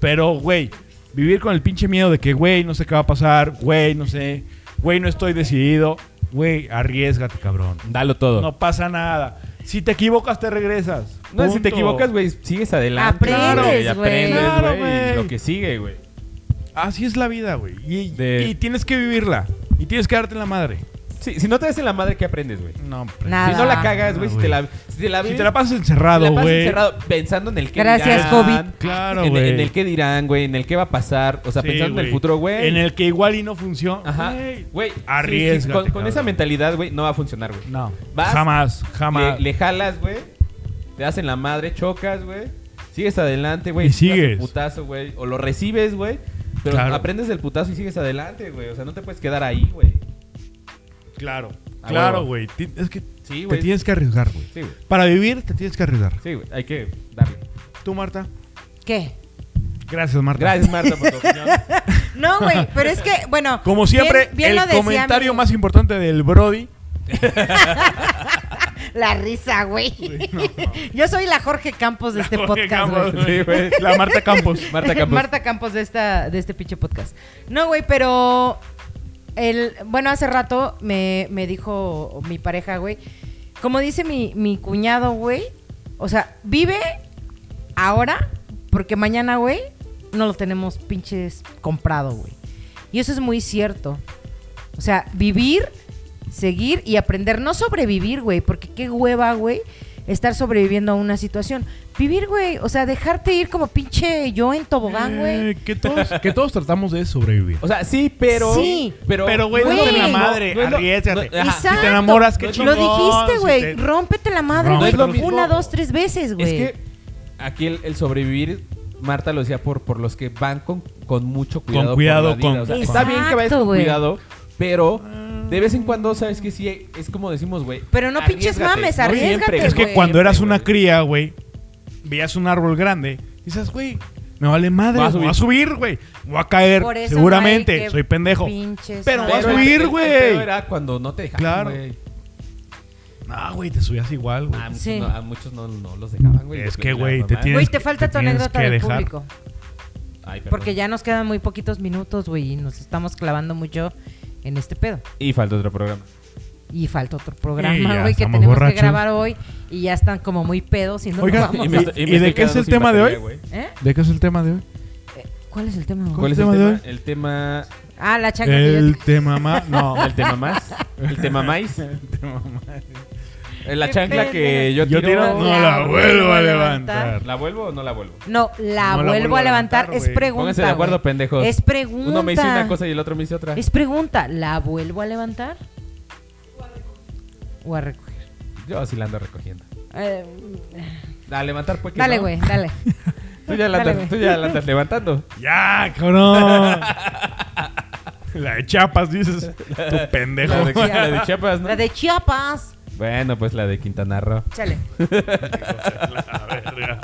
C: Pero, güey, vivir con el pinche miedo de que, güey, no sé qué va a pasar, güey, no sé, güey, no estoy decidido. Güey, arriesgate, cabrón.
B: Dalo todo.
C: No pasa nada. Si te equivocas, te regresas.
B: No, si te
C: Punto.
B: equivocas, güey, sigues adelante.
A: Aprendes,
B: güey,
A: güey.
B: Aprendes,
C: Claro,
B: güey, y
C: güey.
B: Lo que sigue, güey.
C: Así es la vida, güey. Y,
B: De-
C: y tienes que vivirla. Y tienes que darte en la madre.
B: Sí, si no te das en la madre, ¿qué aprendes, güey?
C: No, pues,
A: Nada.
B: Si no la cagas, güey,
C: Ah,
B: si te la si te la
C: Si
B: vives-
C: te la pasas
B: si la
C: encerrado,
B: pasas
C: güey.
B: encerrado pensando en el que
A: Gracias,
B: dirán,
A: COVID.
C: Claro,
B: en,
C: güey.
B: en el qué dirán, güey, en el qué va a pasar, o sea,
C: Sí,
B: pensando en
C: güey.
B: el futuro, güey.
C: En el que igual y no funciona.
B: Ajá. Güey, sí, sí,
C: Arriésgate,
B: con- con,
C: cabrón.
B: esa mentalidad, güey, no va a funcionar, güey.
C: No.
B: Vas,
C: jamás, jamás.
B: Le, le jalas, güey. Te das en la madre, chocas, güey. Sigues adelante, güey.
C: Y
B: te das un
C: sigues.
B: putazo, güey. O lo recibes, güey. Pero
C: Claro.
B: aprendes del putazo y sigues adelante, güey. O sea, no te puedes quedar ahí, güey.
C: Claro.
B: A
C: Claro,
B: huevo.
C: güey. Ti- Es que
B: Sí,
C: te
B: güey.
C: tienes que arriesgar, güey.
B: Sí, güey.
C: Para vivir, te tienes que arriesgar.
B: Sí, güey. Hay que darle.
C: Tú, Marta.
A: ¿Qué?
C: Gracias, Marta.
B: Gracias, Marta, por tu opinión.
A: No, güey, pero es que, bueno.
C: Como siempre,
A: bien- bien lo
C: el
A: decía
C: comentario
A: mi-
C: más importante del Brody.
A: La risa, güey. Yo soy la Jorge Campos de este
C: Jorge
A: podcast,
C: Campos,
A: güey.
B: Sí, güey.
C: La Marta Campos. Eh,
B: Marta Campos.
A: Marta Campos de, esta, de este pinche podcast. No, güey, pero. El, bueno, hace rato me, me dijo mi pareja, güey. Como dice mi, mi cuñado, güey. O sea, vive ahora porque mañana, güey, no lo tenemos pinches comprado, güey. Y eso es muy cierto. O sea, vivir, seguir y aprender. No sobrevivir, güey, porque qué hueva, güey, estar sobreviviendo a una situación. Vivir, güey, o sea, dejarte ir como pinche yo en tobogán, güey.
D: Eh, que, todos, que todos tratamos de sobrevivir.
B: O sea, sí, pero.
A: Sí.
B: pero.
C: Pero, güey, no
A: Güey.
C: te la
B: No,
C: madre.
B: no es lo-
C: Arriésgate.
B: no- ajá.
A: Exacto.
C: Si te enamoras, qué
A: Lo
C: chingón.
A: dijiste,
C: Si
A: güey.
C: te-
A: Rómpete la madre,
D: No,
A: güey.
D: es lo
B: mismo.
A: Una, dos, tres veces, güey.
B: Es que aquí el, el sobrevivir, Marta lo decía, por, por los que van con, con mucho cuidado. por
D: cuidado,
B: la vida.
D: con-
B: O sea,
D: con-
B: Está bien que vayas
A: Exacto,
B: con
A: güey.
B: cuidado, pero
C: Ah.
B: de vez en cuando, ¿sabes que Sí, es como decimos, güey.
A: Pero no pinches
B: arriésgate.
A: mames,
B: No siempre,
A: arriésgate,
B: güey.
C: Es que
A: güey.
C: cuando eras
B: Siempre,
C: una
B: güey.
C: cría, güey, veías un árbol grande, dices, güey, me vale madre,
B: Voy a
C: me voy a subir, güey, voy a caer,
A: Por eso,
C: seguramente,
A: güey, qué
C: soy pendejo.
A: pinches
C: Pero
A: madre.
C: vas a
B: Pero el-
C: subir,
B: el- el
C: güey.
B: pedo Era cuando no te dejaban.
C: Claro.
B: güey.
C: No, güey, te subías igual, güey.
B: A muchos,
A: Sí.
B: no, a muchos no, no los dejaban, güey.
C: Es
B: Porque
C: que,
B: la
C: güey, te
B: mamá-
C: tienes-
A: Güey, te falta
C: que
A: tu
C: tienes
A: anécdota
C: que
A: del
C: dejar.
A: público.
B: Ay, perdón.
A: Porque ya nos quedan muy poquitos minutos, güey, y nos estamos clavando mucho en este pedo.
B: Y falta otro programa.
A: Y falta otro
D: Y
A: programa,
D: ya
A: güey, que
D: estamos
A: tenemos que
D: borrachos.
A: grabar hoy. Y ya están como muy pedos y no nos
C: Oigan,
A: vamos.
C: Y me-
B: estoy-
C: ¿y
B: estoy
C: de qué es
B: quedando
C: el
B: sin
C: tema de
B: batería,
C: hoy?
B: güey.
A: ¿Eh?
D: ¿De qué es el tema de hoy?
A: ¿Cuál es el tema? güey?
B: ¿Cuál es el
D: tema de
B: tema?
D: hoy?
B: El tema.
A: Ah, la chancla. que yo-
D: El tema más... No,
B: El tema más. El tema más. La
A: Qué
B: chancla que
A: pendejo.
B: yo tiro.
C: Yo tiro, no la vuelvo a levantar.
B: ¿La vuelvo o no la vuelvo?
A: No, la
C: No la
A: vuelvo a levantar. es
C: güey.
A: pregunta.
B: Pónganse de acuerdo,
A: güey.
B: pendejos.
A: Es pregunta.
B: Uno me dice una cosa y el otro me dice otra.
A: Es pregunta. ¿La vuelvo a levantar? O a recoger.
B: Yo sí la ando recogiendo.
A: Eh,
B: A levantar, pues. que
A: dale,
B: no.
A: güey, dale.
B: Tú ya la
A: Dale,
B: andas,
A: güey.
B: tú ya la andas levantando.
D: ya, cabrón.
C: La de Chapas, dices, tu pendejo.
B: La de,
A: Chiapas.
B: la de Chiapas, ¿no?
A: La de Chiapas.
B: Bueno, pues la de Quintana Roo.
A: Chale.
C: La verga.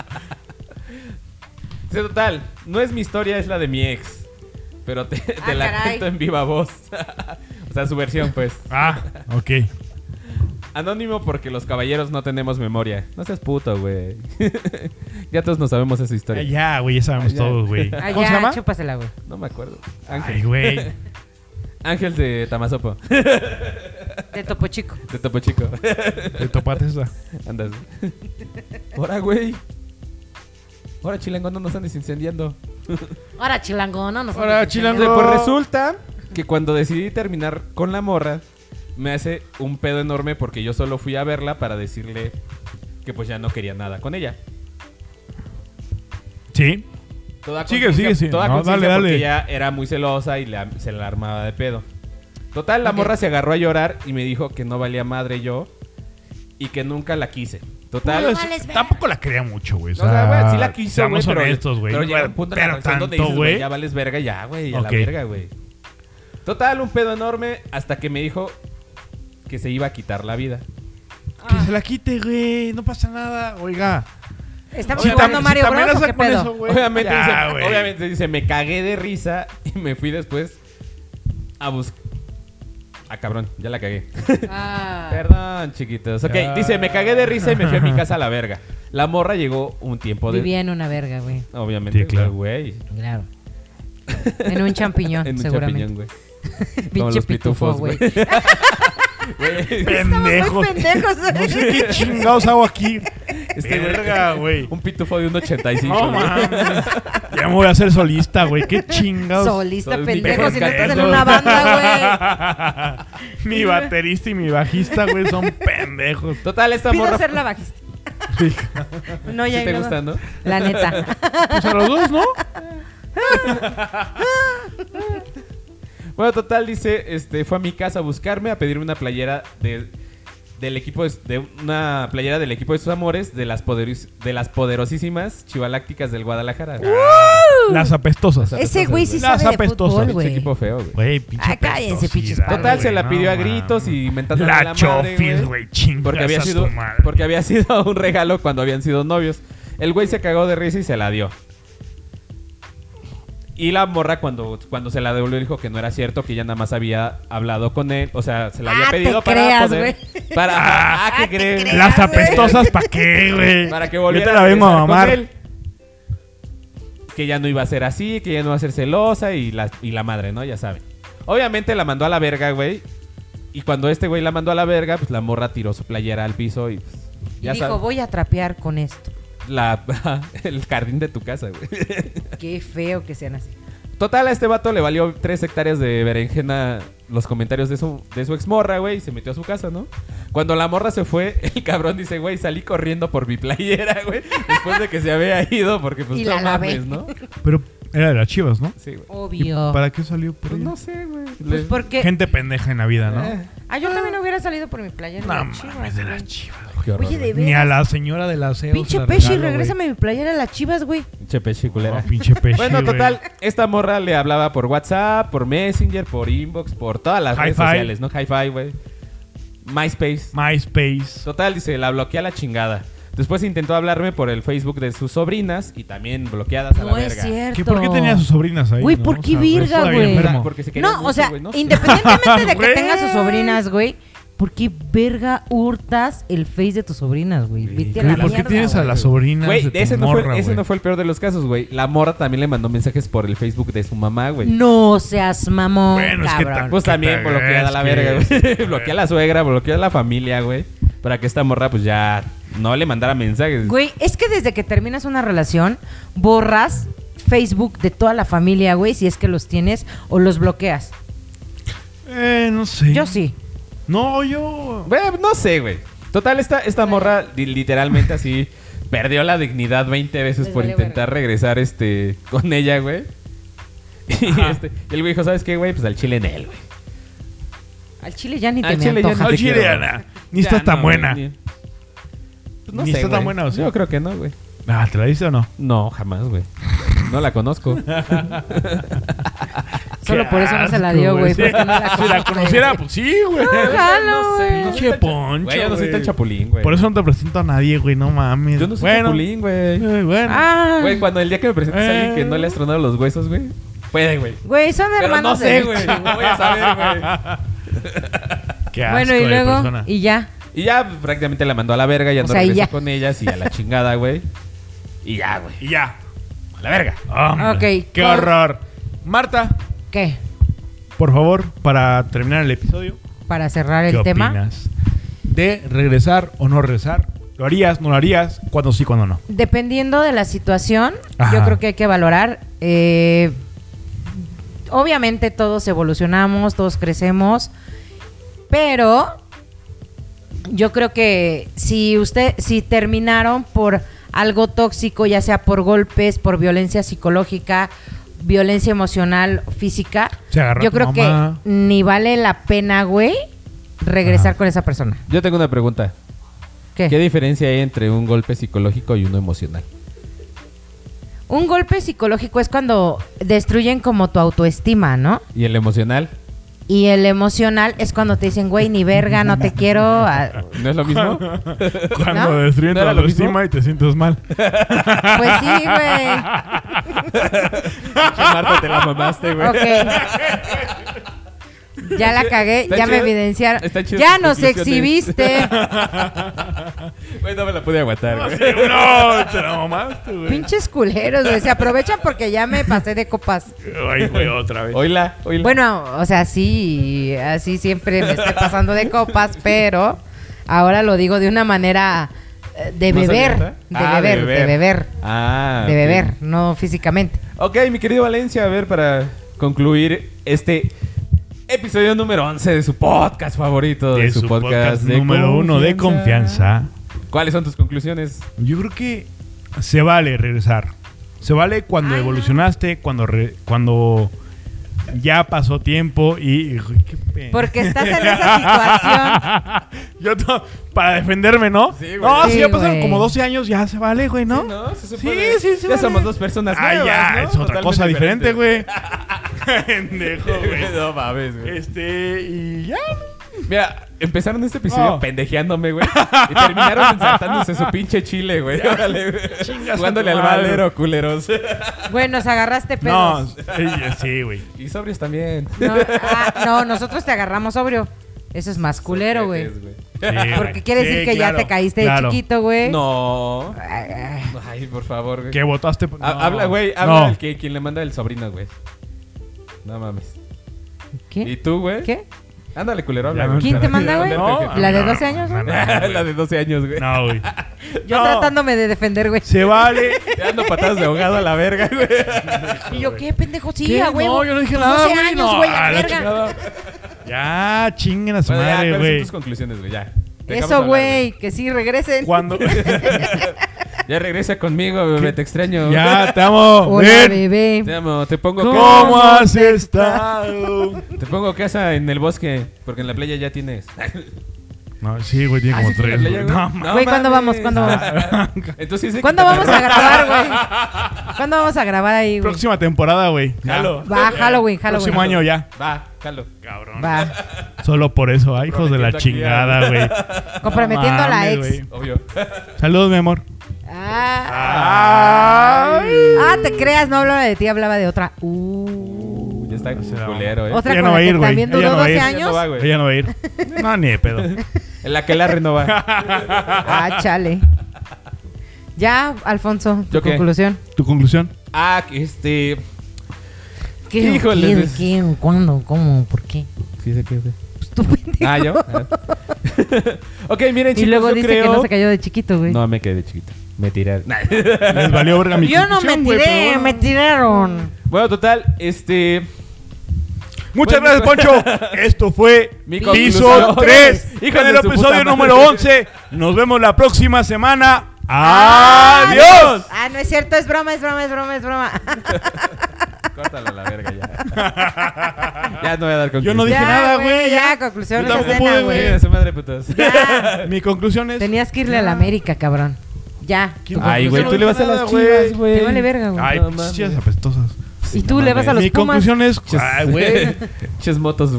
B: Sí, total, no es mi historia, es la de mi ex. Pero te, te
A: Ah,
B: la
A: caray.
B: cuento en viva voz. o sea, su versión, pues.
D: Ah, ok.
B: Anónimo porque los caballeros no tenemos memoria. No seas puto, güey. ya todos nos sabemos esa historia.
D: Ya, güey, ya sabemos
B: Ya.
D: todos, güey.
C: ¿Cómo se
A: Allá,
C: llama?
A: Ah, chúpasela, güey.
B: No me acuerdo.
D: Ay,
B: Ángel.
D: güey.
B: Ángel de Tamazopo.
A: De Topo Chico.
B: De Topo Chico.
D: Te topaste esa.
B: Andas. Ahora, güey. Ahora, chilango, no nos andes incendiando.
A: Ahora, chilango, no nos
D: Ahora,
A: andes
D: chilango.
A: enseñando.
B: Pues resulta que cuando decidí terminar con la morra, me hace un pedo enorme porque yo solo fui a verla para decirle que pues ya no quería nada con ella.
D: Sí.
B: Toda
D: Sigue,
B: conciencia-
D: sigue, sigue.
B: Toda
D: No,
B: conciencia
D: dale,
B: porque
D: dale.
B: ella era muy celosa y la- se la armaba de pedo. Total, la
A: Ok.
B: morra se agarró a llorar y me dijo que no valía madre yo y que nunca la quise. Total,
D: Pues,
A: vales verga.
D: tampoco la quería mucho, güey. O
B: No, o sea, güey, sí la
D: quiso,
B: quiso, güey, pero,
D: Ah, honestos, güey.
B: pero
D: No,
B: llega un punto en la relación donde dices, güey, ya vales verga ya, güey, a
D: Ok.
B: la verga, güey. Total, un pedo enorme hasta que me dijo que se iba a quitar la vida.
D: Que se la quite, güey. No pasa nada. Oiga.
A: Estamos
D: Si tam-
A: jugando
D: si
A: Mario
D: también
A: Bros. o
D: asa
A: qué
D: con
A: pedo.
D: eso, güey.
B: Obviamente,
D: Ya,
B: dice,
D: güey.
B: obviamente dice, me cagué de risa y me fui después a buscar... Ah, cabrón, ya la cagué.
A: Ah,
B: Perdón, chiquitos. Ok,
D: Ya.
B: dice, me cagué de risa y me fui a mi casa a la verga. La morra llegó un tiempo de...
A: vivía en una verga, güey.
B: Obviamente,
D: Sí, claro.
B: güey.
A: Claro. En un champiñón,
B: En
A: Ah,
B: un champiñón,
A: seguramente.
B: güey. Como
A: Pinche pitufo,
B: los pitufos,
A: güey.
B: güey. Güey,
A: Estamos
D: Pendejo.
A: muy pendejos, ¿eh?
D: No sé
A: güey.
D: qué chingados hago aquí.
B: Este güey-
D: Verga, güey.
B: Un pitufo de un 85.
D: No
B: güey.
D: mames. Ya me voy a hacer solista, güey. Qué chingados.
A: Solista
B: Soy
A: pendejo
B: Miguel
A: si no estás en
D: Cantero.
A: una banda,
D: mi baterista y mi bajista, güey, son pendejos. Pues
B: Total, esta
A: güey. Pido
B: morra.
A: ser la bajista.
D: Sí.
A: No,
B: Sí
A: ya
B: te
A: no.
B: gusta, ¿no?
A: La neta.
D: Pues a los dos, ¿no?
B: Bueno, total, dice, este, fue a mi casa a buscarme, a pedirme una playera de, del equipo de, de una playera del equipo de sus amores, de las poderis- de las poderosísimas chivalácticas del Guadalajara.
D: Las apestosas.
B: Las
A: Uh. Ese güey sí
D: Las
A: sabe de
D: apestosas. Pinche
A: fútbol,
B: Ah, Pinche
A: güey.
B: equipo feo, güey.
D: Güey, pinche
A: Ah, cállense,
D: apestosidad,
A: pinches pardos.
B: Total, se la
D: güey,
B: pidió
D: no
B: a gritos
D: mames.
B: y mentando
D: La,
B: la madre,
D: chofis, güey, chingas
B: Porque había,
D: a
B: sido,
D: tu madre.
B: porque había sido un regalo cuando habían sido novios. El güey se cagó de risa y se la dio. Y la morra cuando, cuando se la devolvió dijo que no era cierto, que ella nada más había hablado con él. O sea, se la había
A: Ah, te
B: pedido para
A: creas,
B: poder...
A: güey.
B: Para, ah, ¿qué
A: te
B: crees?
A: creas.
D: Las apestosas, ¿pa' qué, güey?
B: Para que
D: Yo
B: volviera
D: te la
B: a
D: vengo a
B: regresar con
D: mamar.
B: él. Que ya no iba a ser así, que ya no iba a ser celosa y la, y la madre, ¿no? Ya saben. Obviamente la mandó a la verga, güey. Y cuando este güey la mandó a la verga, pues la morra tiró su playera al piso y... pues,
A: Y
B: ya
A: dijo,
B: saben.
A: voy a trapear con esto.
B: la, el jardín de tu casa, güey.
A: Qué feo que sean así.
B: Total, a este vato le valió 3 hectáreas de berenjena los comentarios de su, de su exmorra, güey, y se metió a su casa, ¿no? Cuando la morra se fue, el cabrón dice, güey, salí corriendo por mi playera, güey, después de que se había ido, porque pues
A: Y
B: no
A: la lavé.
B: mames, ¿no?
C: Pero era de las chivas, ¿no?
B: Sí, güey.
C: ¿Y
A: Obvio.
C: para qué salió por
B: Pues
C: ahí?
B: no sé, güey.
A: Pues
B: Le-
A: porque.
C: Gente pendeja en la vida, ¿no?
B: Eh,
A: Ah, yo también hubiera salido por mi playera.
C: no
A: de las chivas,
C: mames, de
A: güey.
C: las chivas.
B: qué horror,
A: Oye,
B: güey.
A: de
C: Ni a
A: veras.
C: la señora de la CEO.
A: Pinche Peshi, regrésame mi playera a las chivas, güey.
B: Pinche pechi culera.
C: pinche Peshi.
B: Bueno,
C: güey.
B: total, esta morra le hablaba por WhatsApp, por Messenger, por inbox, por todas las redes
C: Hi-Fi.
B: sociales, ¿no? Hi-Fi, güey. MySpace.
C: MySpace.
B: Total, dice, la bloqueé a la chingada. Después intentó hablarme por el Facebook de sus sobrinas y también
C: Pues
B: bloqueadas a la
A: No es
B: verga.
A: cierto.
C: ¿Qué, ¿Por qué tenía a sus sobrinas ahí?
A: Güey,
C: no?
A: ¿por qué
C: güey,
A: virga,
C: estaba bien
A: güey?
C: enfermo.
B: Porque se querían
A: No, o
B: mucho,
A: sea,
B: güey, ¿no?
A: independientemente de que
C: Güey.
A: tengas sus sobrinas, güey, ¿por qué verga hurtas el face de tus sobrinas, güey?
B: Sí,
A: Vete a
C: Güey,
A: la
C: ¿Por qué
A: mierda,
C: tienes a
A: güey.
C: las sobrinas
B: Güey,
C: de tu
B: ese, no,
C: morra,
B: fue, ese
C: güey?
B: no fue el peor de los casos, güey. La morra también le mandó mensajes por el Facebook de su mamá, güey.
A: No seas mamón,
C: Bueno, es que
A: cabrón.
C: tampoco-
B: Pues también
C: ¿Qué te
B: bloqueada a la
C: crees
B: verga,
C: que
B: güey.
C: es?
B: bloquea a la suegra, bloquea a la familia, güey. Para que esta morra, pues ya no le mandara mensajes.
A: Güey, es que desde que terminas una relación, borras Facebook de toda la familia, güey, si es que los tienes o los bloqueas.
C: Eh, no sé.
A: Yo sí.
C: No, yo...
B: Güey, no sé, güey. Total, esta, esta morra li- literalmente así perdió la dignidad 20 veces
A: Les
B: por
A: valió
B: intentar regresar este con ella, güey. Y este, y el güey dijo, ¿sabes qué, güey? Pues al chile en él, güey.
A: Al chile ya ni
B: Al
A: te me
B: chile ya
A: antoja.
B: no
C: Al
B: te
C: chile,
B: quiero,
C: Ana,
B: güey.
C: ni
B: Ya
C: estás tan
B: no,
C: buena.
B: güey, ni- Pues no
C: Ni
B: sé,
C: está tan
B: güey.
C: buena, o sea.
B: Yo creo que no, güey.
C: Ah, ¿te la dice o no?
B: No, jamás, güey. No la conozco.
A: Solo por eso no se la Ah.
C: Qué
A: dio,
C: asco,
A: güey. porque no
C: Si la conociera, pues sí, güey.
A: No, jalo, güey.
B: no soy
C: Pinche
B: tan cha-
C: poncho,
B: Güey, yo no soy
C: güey.
B: tan chapulín, güey.
C: Por eso no te presento a nadie, güey. No mames.
B: Yo no soy
C: bueno,
B: chapulín, güey.
C: eh, bueno.
A: Ah,
B: Güey, cuando el día que me presentes a alguien
C: Eh.
B: que no le has tronado los huesos, güey. Puede, güey.
A: güey, son
B: Pero no
A: hermanos
B: sé,
A: de
B: güey.
A: leche,
B: No voy a saber, güey.
C: Qué asco
A: Bueno, y
C: de
A: luego,
C: persona.
A: y ya.
B: Y ya pues, prácticamente la mandó a la verga, ya
A: O
B: no
A: sea, y
B: regresó
A: ya.
B: con ellas y a la chingada, güey. Y ya, güey.
C: Y ya.
B: A la verga.
C: Hombre,
A: Ok,
C: Qué
A: con-
C: horror. Marta,
A: ¿Qué?
C: por favor, para terminar el episodio,
A: Para cerrar
C: ¿qué
A: el tema.
C: opinas de regresar o no regresar? ¿Lo harías, no lo harías? ¿Cuándo sí, cuándo no?
A: Dependiendo de la situación, yo
C: Ajá.
A: creo que hay que valorar. eh, obviamente todos evolucionamos, todos crecemos, pero yo creo que si usted, si terminaron por algo tóxico, ya sea por golpes, por violencia psicológica, violencia emocional, física,
C: Se agarró
A: yo
C: tu
A: creo
C: mamá.
A: que ni vale la pena, güey, regresar
C: Ajá.
A: con esa persona.
B: Yo tengo una pregunta.
A: ¿Qué?
B: ¿Qué diferencia hay entre un golpe psicológico y uno emocional?
A: Un golpe psicológico es cuando destruyen como tu autoestima, ¿no?
B: ¿Y el emocional?
A: Y el emocional es cuando te dicen, güey, ni verga, no te quiero. ah,
B: ¿No es lo mismo?
C: Cuando
A: ¿No?
C: destruyen
B: ¿No
C: tu
B: era lo mismo?
C: autoestima y te sientes mal.
A: Pues sí, güey.
B: Marta, te la mamaste, güey.
A: Ok. Ya la cagué,
B: Está
A: ya me
B: chido-
A: evidenciaron.
B: está chido
A: Ya
B: tus
A: nos
B: conclusiones.
A: exhibiste.
B: Güey, no me la pude aguantar, güey.
C: no, te la mamaste, güey.
A: Pinches culeros, güey. Se aprovechan porque ya me pasé de copas.
C: Ay, güey, otra vez.
B: Oíla, oíla.
A: Bueno, o sea, sí, así siempre me estoy pasando de copas, pero ahora lo digo de una manera eh, de
B: ¿Más
A: beber, de,
B: abierta? Ah,
A: beber, de beber,
B: Ah,
A: de
B: ok.
A: beber, no físicamente.
B: Ok, mi querido Valencia, a ver, para concluir este episodio número 11 de su podcast favorito. De,
C: Es
B: su, podcast, de
C: número uno de confianza.
B: ¿Cuáles son tus conclusiones?
C: Yo creo que se vale regresar. Se vale cuando evolucionaste, cuando re- cuando ya pasó tiempo y Uy, qué pena.
A: Porque estás en esa situación.
C: Yo to- para defenderme, ¿no?
B: Sí, güey.
C: no, si
A: Sí,
C: ya pasaron
A: güey.
C: como 12 años, ya se vale, güey, ¿no?
B: Sí, ¿no? Se
C: sí,
B: supone.
C: sí, se
B: Ya
C: vale.
B: somos dos personas
C: Ah,
B: nuevas,
C: ya,
B: ¿no?
C: es otra
B: Totalmente
C: cosa diferente, güey. Pendejo,
B: Güey,
C: güey.
B: no mames, güey.
C: Este, y ya.
B: Mira, empezaron este episodio
C: Oh.
B: pendejeándome, güey. Y terminaron ensartándose su pinche chile, güey. Órale, güey.
C: Chingas a
B: Jugándole
C: tu
B: al
C: madre.
B: valero, culeros.
A: Güey, nos agarraste
C: No,
A: pedos.
C: sí, sí, güey.
B: Y sobrios también.
A: No, ah, no, nosotros te agarramos sobrio. Eso es más culero, güey.
B: Soquetes,
C: Sí, güey.
A: Porque quiere
C: Sí,
A: decir que
C: claro,
A: ya te caíste
C: claro.
A: de chiquito,
C: ¿Eh?
A: güey. Ah,
B: No.
A: Ay, ay.
B: Ay, por favor, güey.
C: Que votaste.
B: Ha- Habla, güey, habla el que, quien le manda el sobrino, güey. No mames. ¿Y
A: ¿Qué?
B: tú, güey?
A: ¿Qué?
B: Ándale, culero,
C: Ya,
B: habla.
A: ¿Quién te manda, güey?
C: No,
A: ¿La de
C: no,
A: 12 años? güey?
B: La de 12 años, güey.
C: No, güey.
A: Yo
C: no.
A: tratándome de defender, güey.
C: Se vale.
B: Te dando patadas de ahogado a la verga, güey.
A: Y yo, ¿qué pendejo? Sí,
C: ¿Qué?
A: a huevo.
C: No, yo no dije
A: Pues
C: nada,
A: 12
C: güey,
A: años,
C: no.
A: güey, a
C: Ah,
A: la
C: la
A: verga.
C: chingada. Ya, chinguen a su
B: Bueno, ya,
C: madre,
B: ¿cuáles son
C: güey.
B: tus conclusiones, güey? Ya. Te dejamos
A: Eso,
B: hablar,
A: güey, que sí regresen.
C: Cuando.
B: Ya regresa conmigo, bebé, te extraño.
C: ya, estamos.
A: Hola,
C: Ven.
A: bebé.
B: Te amo, te pongo
C: ¿Cómo has estado?
B: Te pongo casa en el bosque, porque en la playa ya tienes.
C: No, sí, güey, tiene como
B: Ah, ¿sí tienes
C: tres.
B: playa,
C: güey.
B: güey?
C: No,
B: No
C: ma-
A: Güey, ¿cuándo
B: mames.
A: vamos? ¿Cuándo vamos?
B: Entonces, sí,
A: ¿Cuándo
B: Quintana
A: vamos a
B: Roo.
A: grabar, güey? ¿Cuándo vamos a grabar ahí, güey?
C: próxima temporada, güey. Ya.
B: Jalo.
A: Va, Halloween, Halloween.
C: Eh, Próximo año ya.
B: Va, jalo. Cabrón.
A: Va,
C: Solo por eso, ah, hijos de la
B: Prometiendo
C: chingada,
B: aquí
C: güey.
A: comprometiendo a la
C: Mames,
A: ex.
C: güey.
B: Obvio.
C: Saludos, mi amor.
A: Ah,
C: Ay.
A: ah, te creas, no hablaba de ti, hablaba de otra. Uh.
B: Ya está
C: sea,
B: culero, eh.
A: Otra
C: Ella
A: con
C: no va
A: la
C: a ir,
A: que
C: güey.
A: también
C: Ella
A: duró
C: no va a ir.
A: 12
C: Ella
B: no va,
A: años.
B: güey.
C: Ella no va a ir. No, ni de pedo.
B: En la que la renova.
A: Ah, chale. Ya, Alfonso, tu
B: ¿Yo qué?
A: conclusión.
C: ¿Tu conclusión?
B: Ah, que este.
A: ¿Qué?
B: Híjole,
A: ¿Qué?
B: pues.
A: ¿Qué? ¿Cuándo? ¿Cómo? ¿Por qué?
B: Sí, sé que.
A: Pues tú, pendejo.
B: Ah, yo. Ah. ok, miren, chicos.
A: Y luego
B: yo
A: dice
B: creo...
A: que no se cayó de chiquito, güey.
B: No, me quedé chiquito. Me tiraron.
C: Les valió verga mi
A: Yo no me
C: conclusión, güey,
A: tiré,
C: pero bueno.
A: me tiraron.
B: bueno, total, este.
C: Muchas
B: Bueno.
C: gracias, Poncho. Esto fue
B: Pues Mi
C: Piso
B: conclusión.
C: 3
B: Hijos
C: en
B: de
C: el
B: su puta madre.
C: episodio número 11. Nos vemos la próxima semana. ¡Adiós!
A: Ah, no es cierto, es broma, es broma, es broma, es broma.
B: Córtalo a la verga ya. ya no voy a dar conclusión.
C: Yo no dije
A: Ya,
C: nada,
A: güey,
C: güey.
A: ya,
C: Ya,
A: conclusión,
C: Yo
A: esa
C: tampoco
A: escena,
C: pude,
A: güey.
B: Miren a su madre, putas.
A: Ya.
C: Mi conclusión es.
A: Tenías que irle a la América, cabrón. Ya. tu
C: ¿Quién?
B: Ay,
A: conclusión.
B: güey,
C: Yo no
B: tú le
C: dije
B: vas a
C: nada,
B: las
C: güey.
B: chivas, güey.
A: Te vale verga, güey.
C: Ay,
B: No
C: pinches
B: mames.
C: chivas apestosas.
A: Y tú le vas a los
C: Mi
A: Pumas.
C: conclusión es.
B: Chis-
C: Ay, güey.
B: Chis motos.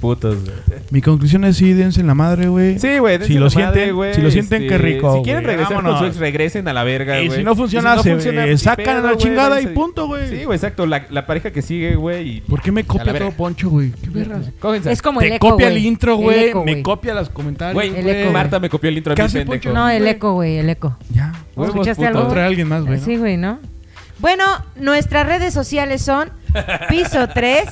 B: Putos, güey.
C: Mi conclusión es sí, dense en la madre, güey.
B: Sí, güey. dense
C: Si lo
B: la madre,
C: sienten,
B: güey, este,
C: si lo sienten, qué rico.
B: Si quieren
C: güey.
B: regresar con su
C: Vámonos.
B: ex, regresen a la verga,
C: Y
B: güey.
C: si no funciona, se- eh,
B: pues, ni
C: sacan a la
B: güey,
C: chingada y
B: váyanse.
C: punto, güey. Pues,
B: Sí, güey, exacto. La, la pareja que sigue, güey. y-
C: ¿Por qué me
B: A la
C: copia
B: verga.
C: todo Poncho, güey? ¿Qué vergas?
B: Cógense.
A: Es como el
C: Te
A: eco,
C: copia
A: güey.
C: el intro, güey.
A: eco,
C: Me copia los comentarios.
B: Güey,
A: el eco,
B: Marta me copió el intro
C: ¿Qué
B: a mí,
C: hace
B: pendejo.
C: Poncho?
A: No, el eco, güey, el eco.
C: Ya.
B: Huevos,
A: ¿Escuchaste
B: puto.
A: algo?
C: Otra alguien más, güey. ¿no?
A: Sí, güey, ¿no? Bueno, nuestras redes sociales son Piso 3.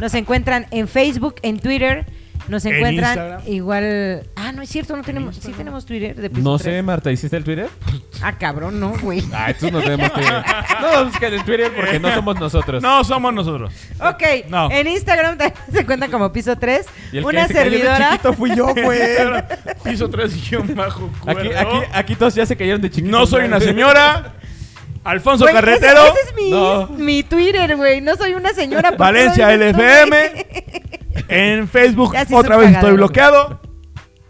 A: Nos encuentran en Facebook, en Twitter. Nos
C: En
A: encuentran
C: Instagram.
A: igual. Ah, no es cierto, no tenemos. Sí tenemos Twitter de Piso
B: No
A: 3.
B: sé, Marta, ¿hiciste el Twitter?
A: Ah, cabrón, no, güey.
B: Ah, estos no tenemos Twitter. No nos busquen en Twitter porque no somos nosotros.
C: No somos nosotros.
A: Ok,
C: No.
A: en Instagram también se cuentan como Piso 3.
B: Y el que
A: Una
B: se cayó de
A: servidora.
B: chiquito fui yo, güey.
C: Piso 3 guión bajo.
B: Aquí,
C: cuerdo.
B: aquí, aquí todos ya se cayeron de chiquito.
C: No soy una señora. Alfonso
A: Güey, ese-
C: Carretero.
A: Ese, es mi,
B: No.
A: mi Twitter, güey. No soy una señora. ¿por qué
C: Valencia
A: lo dices tú,
C: LFM.
A: güey?
C: En Facebook
A: Ya sí es
C: otra
A: un
C: vez
A: cagadero,
C: estoy bloqueado.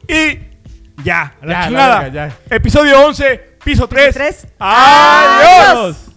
C: Y ya. a La
B: Ya, la
C: chingada.
B: verga,
C: Episodio 11, piso 3.
A: tres.
C: Adiós.
A: Adiós.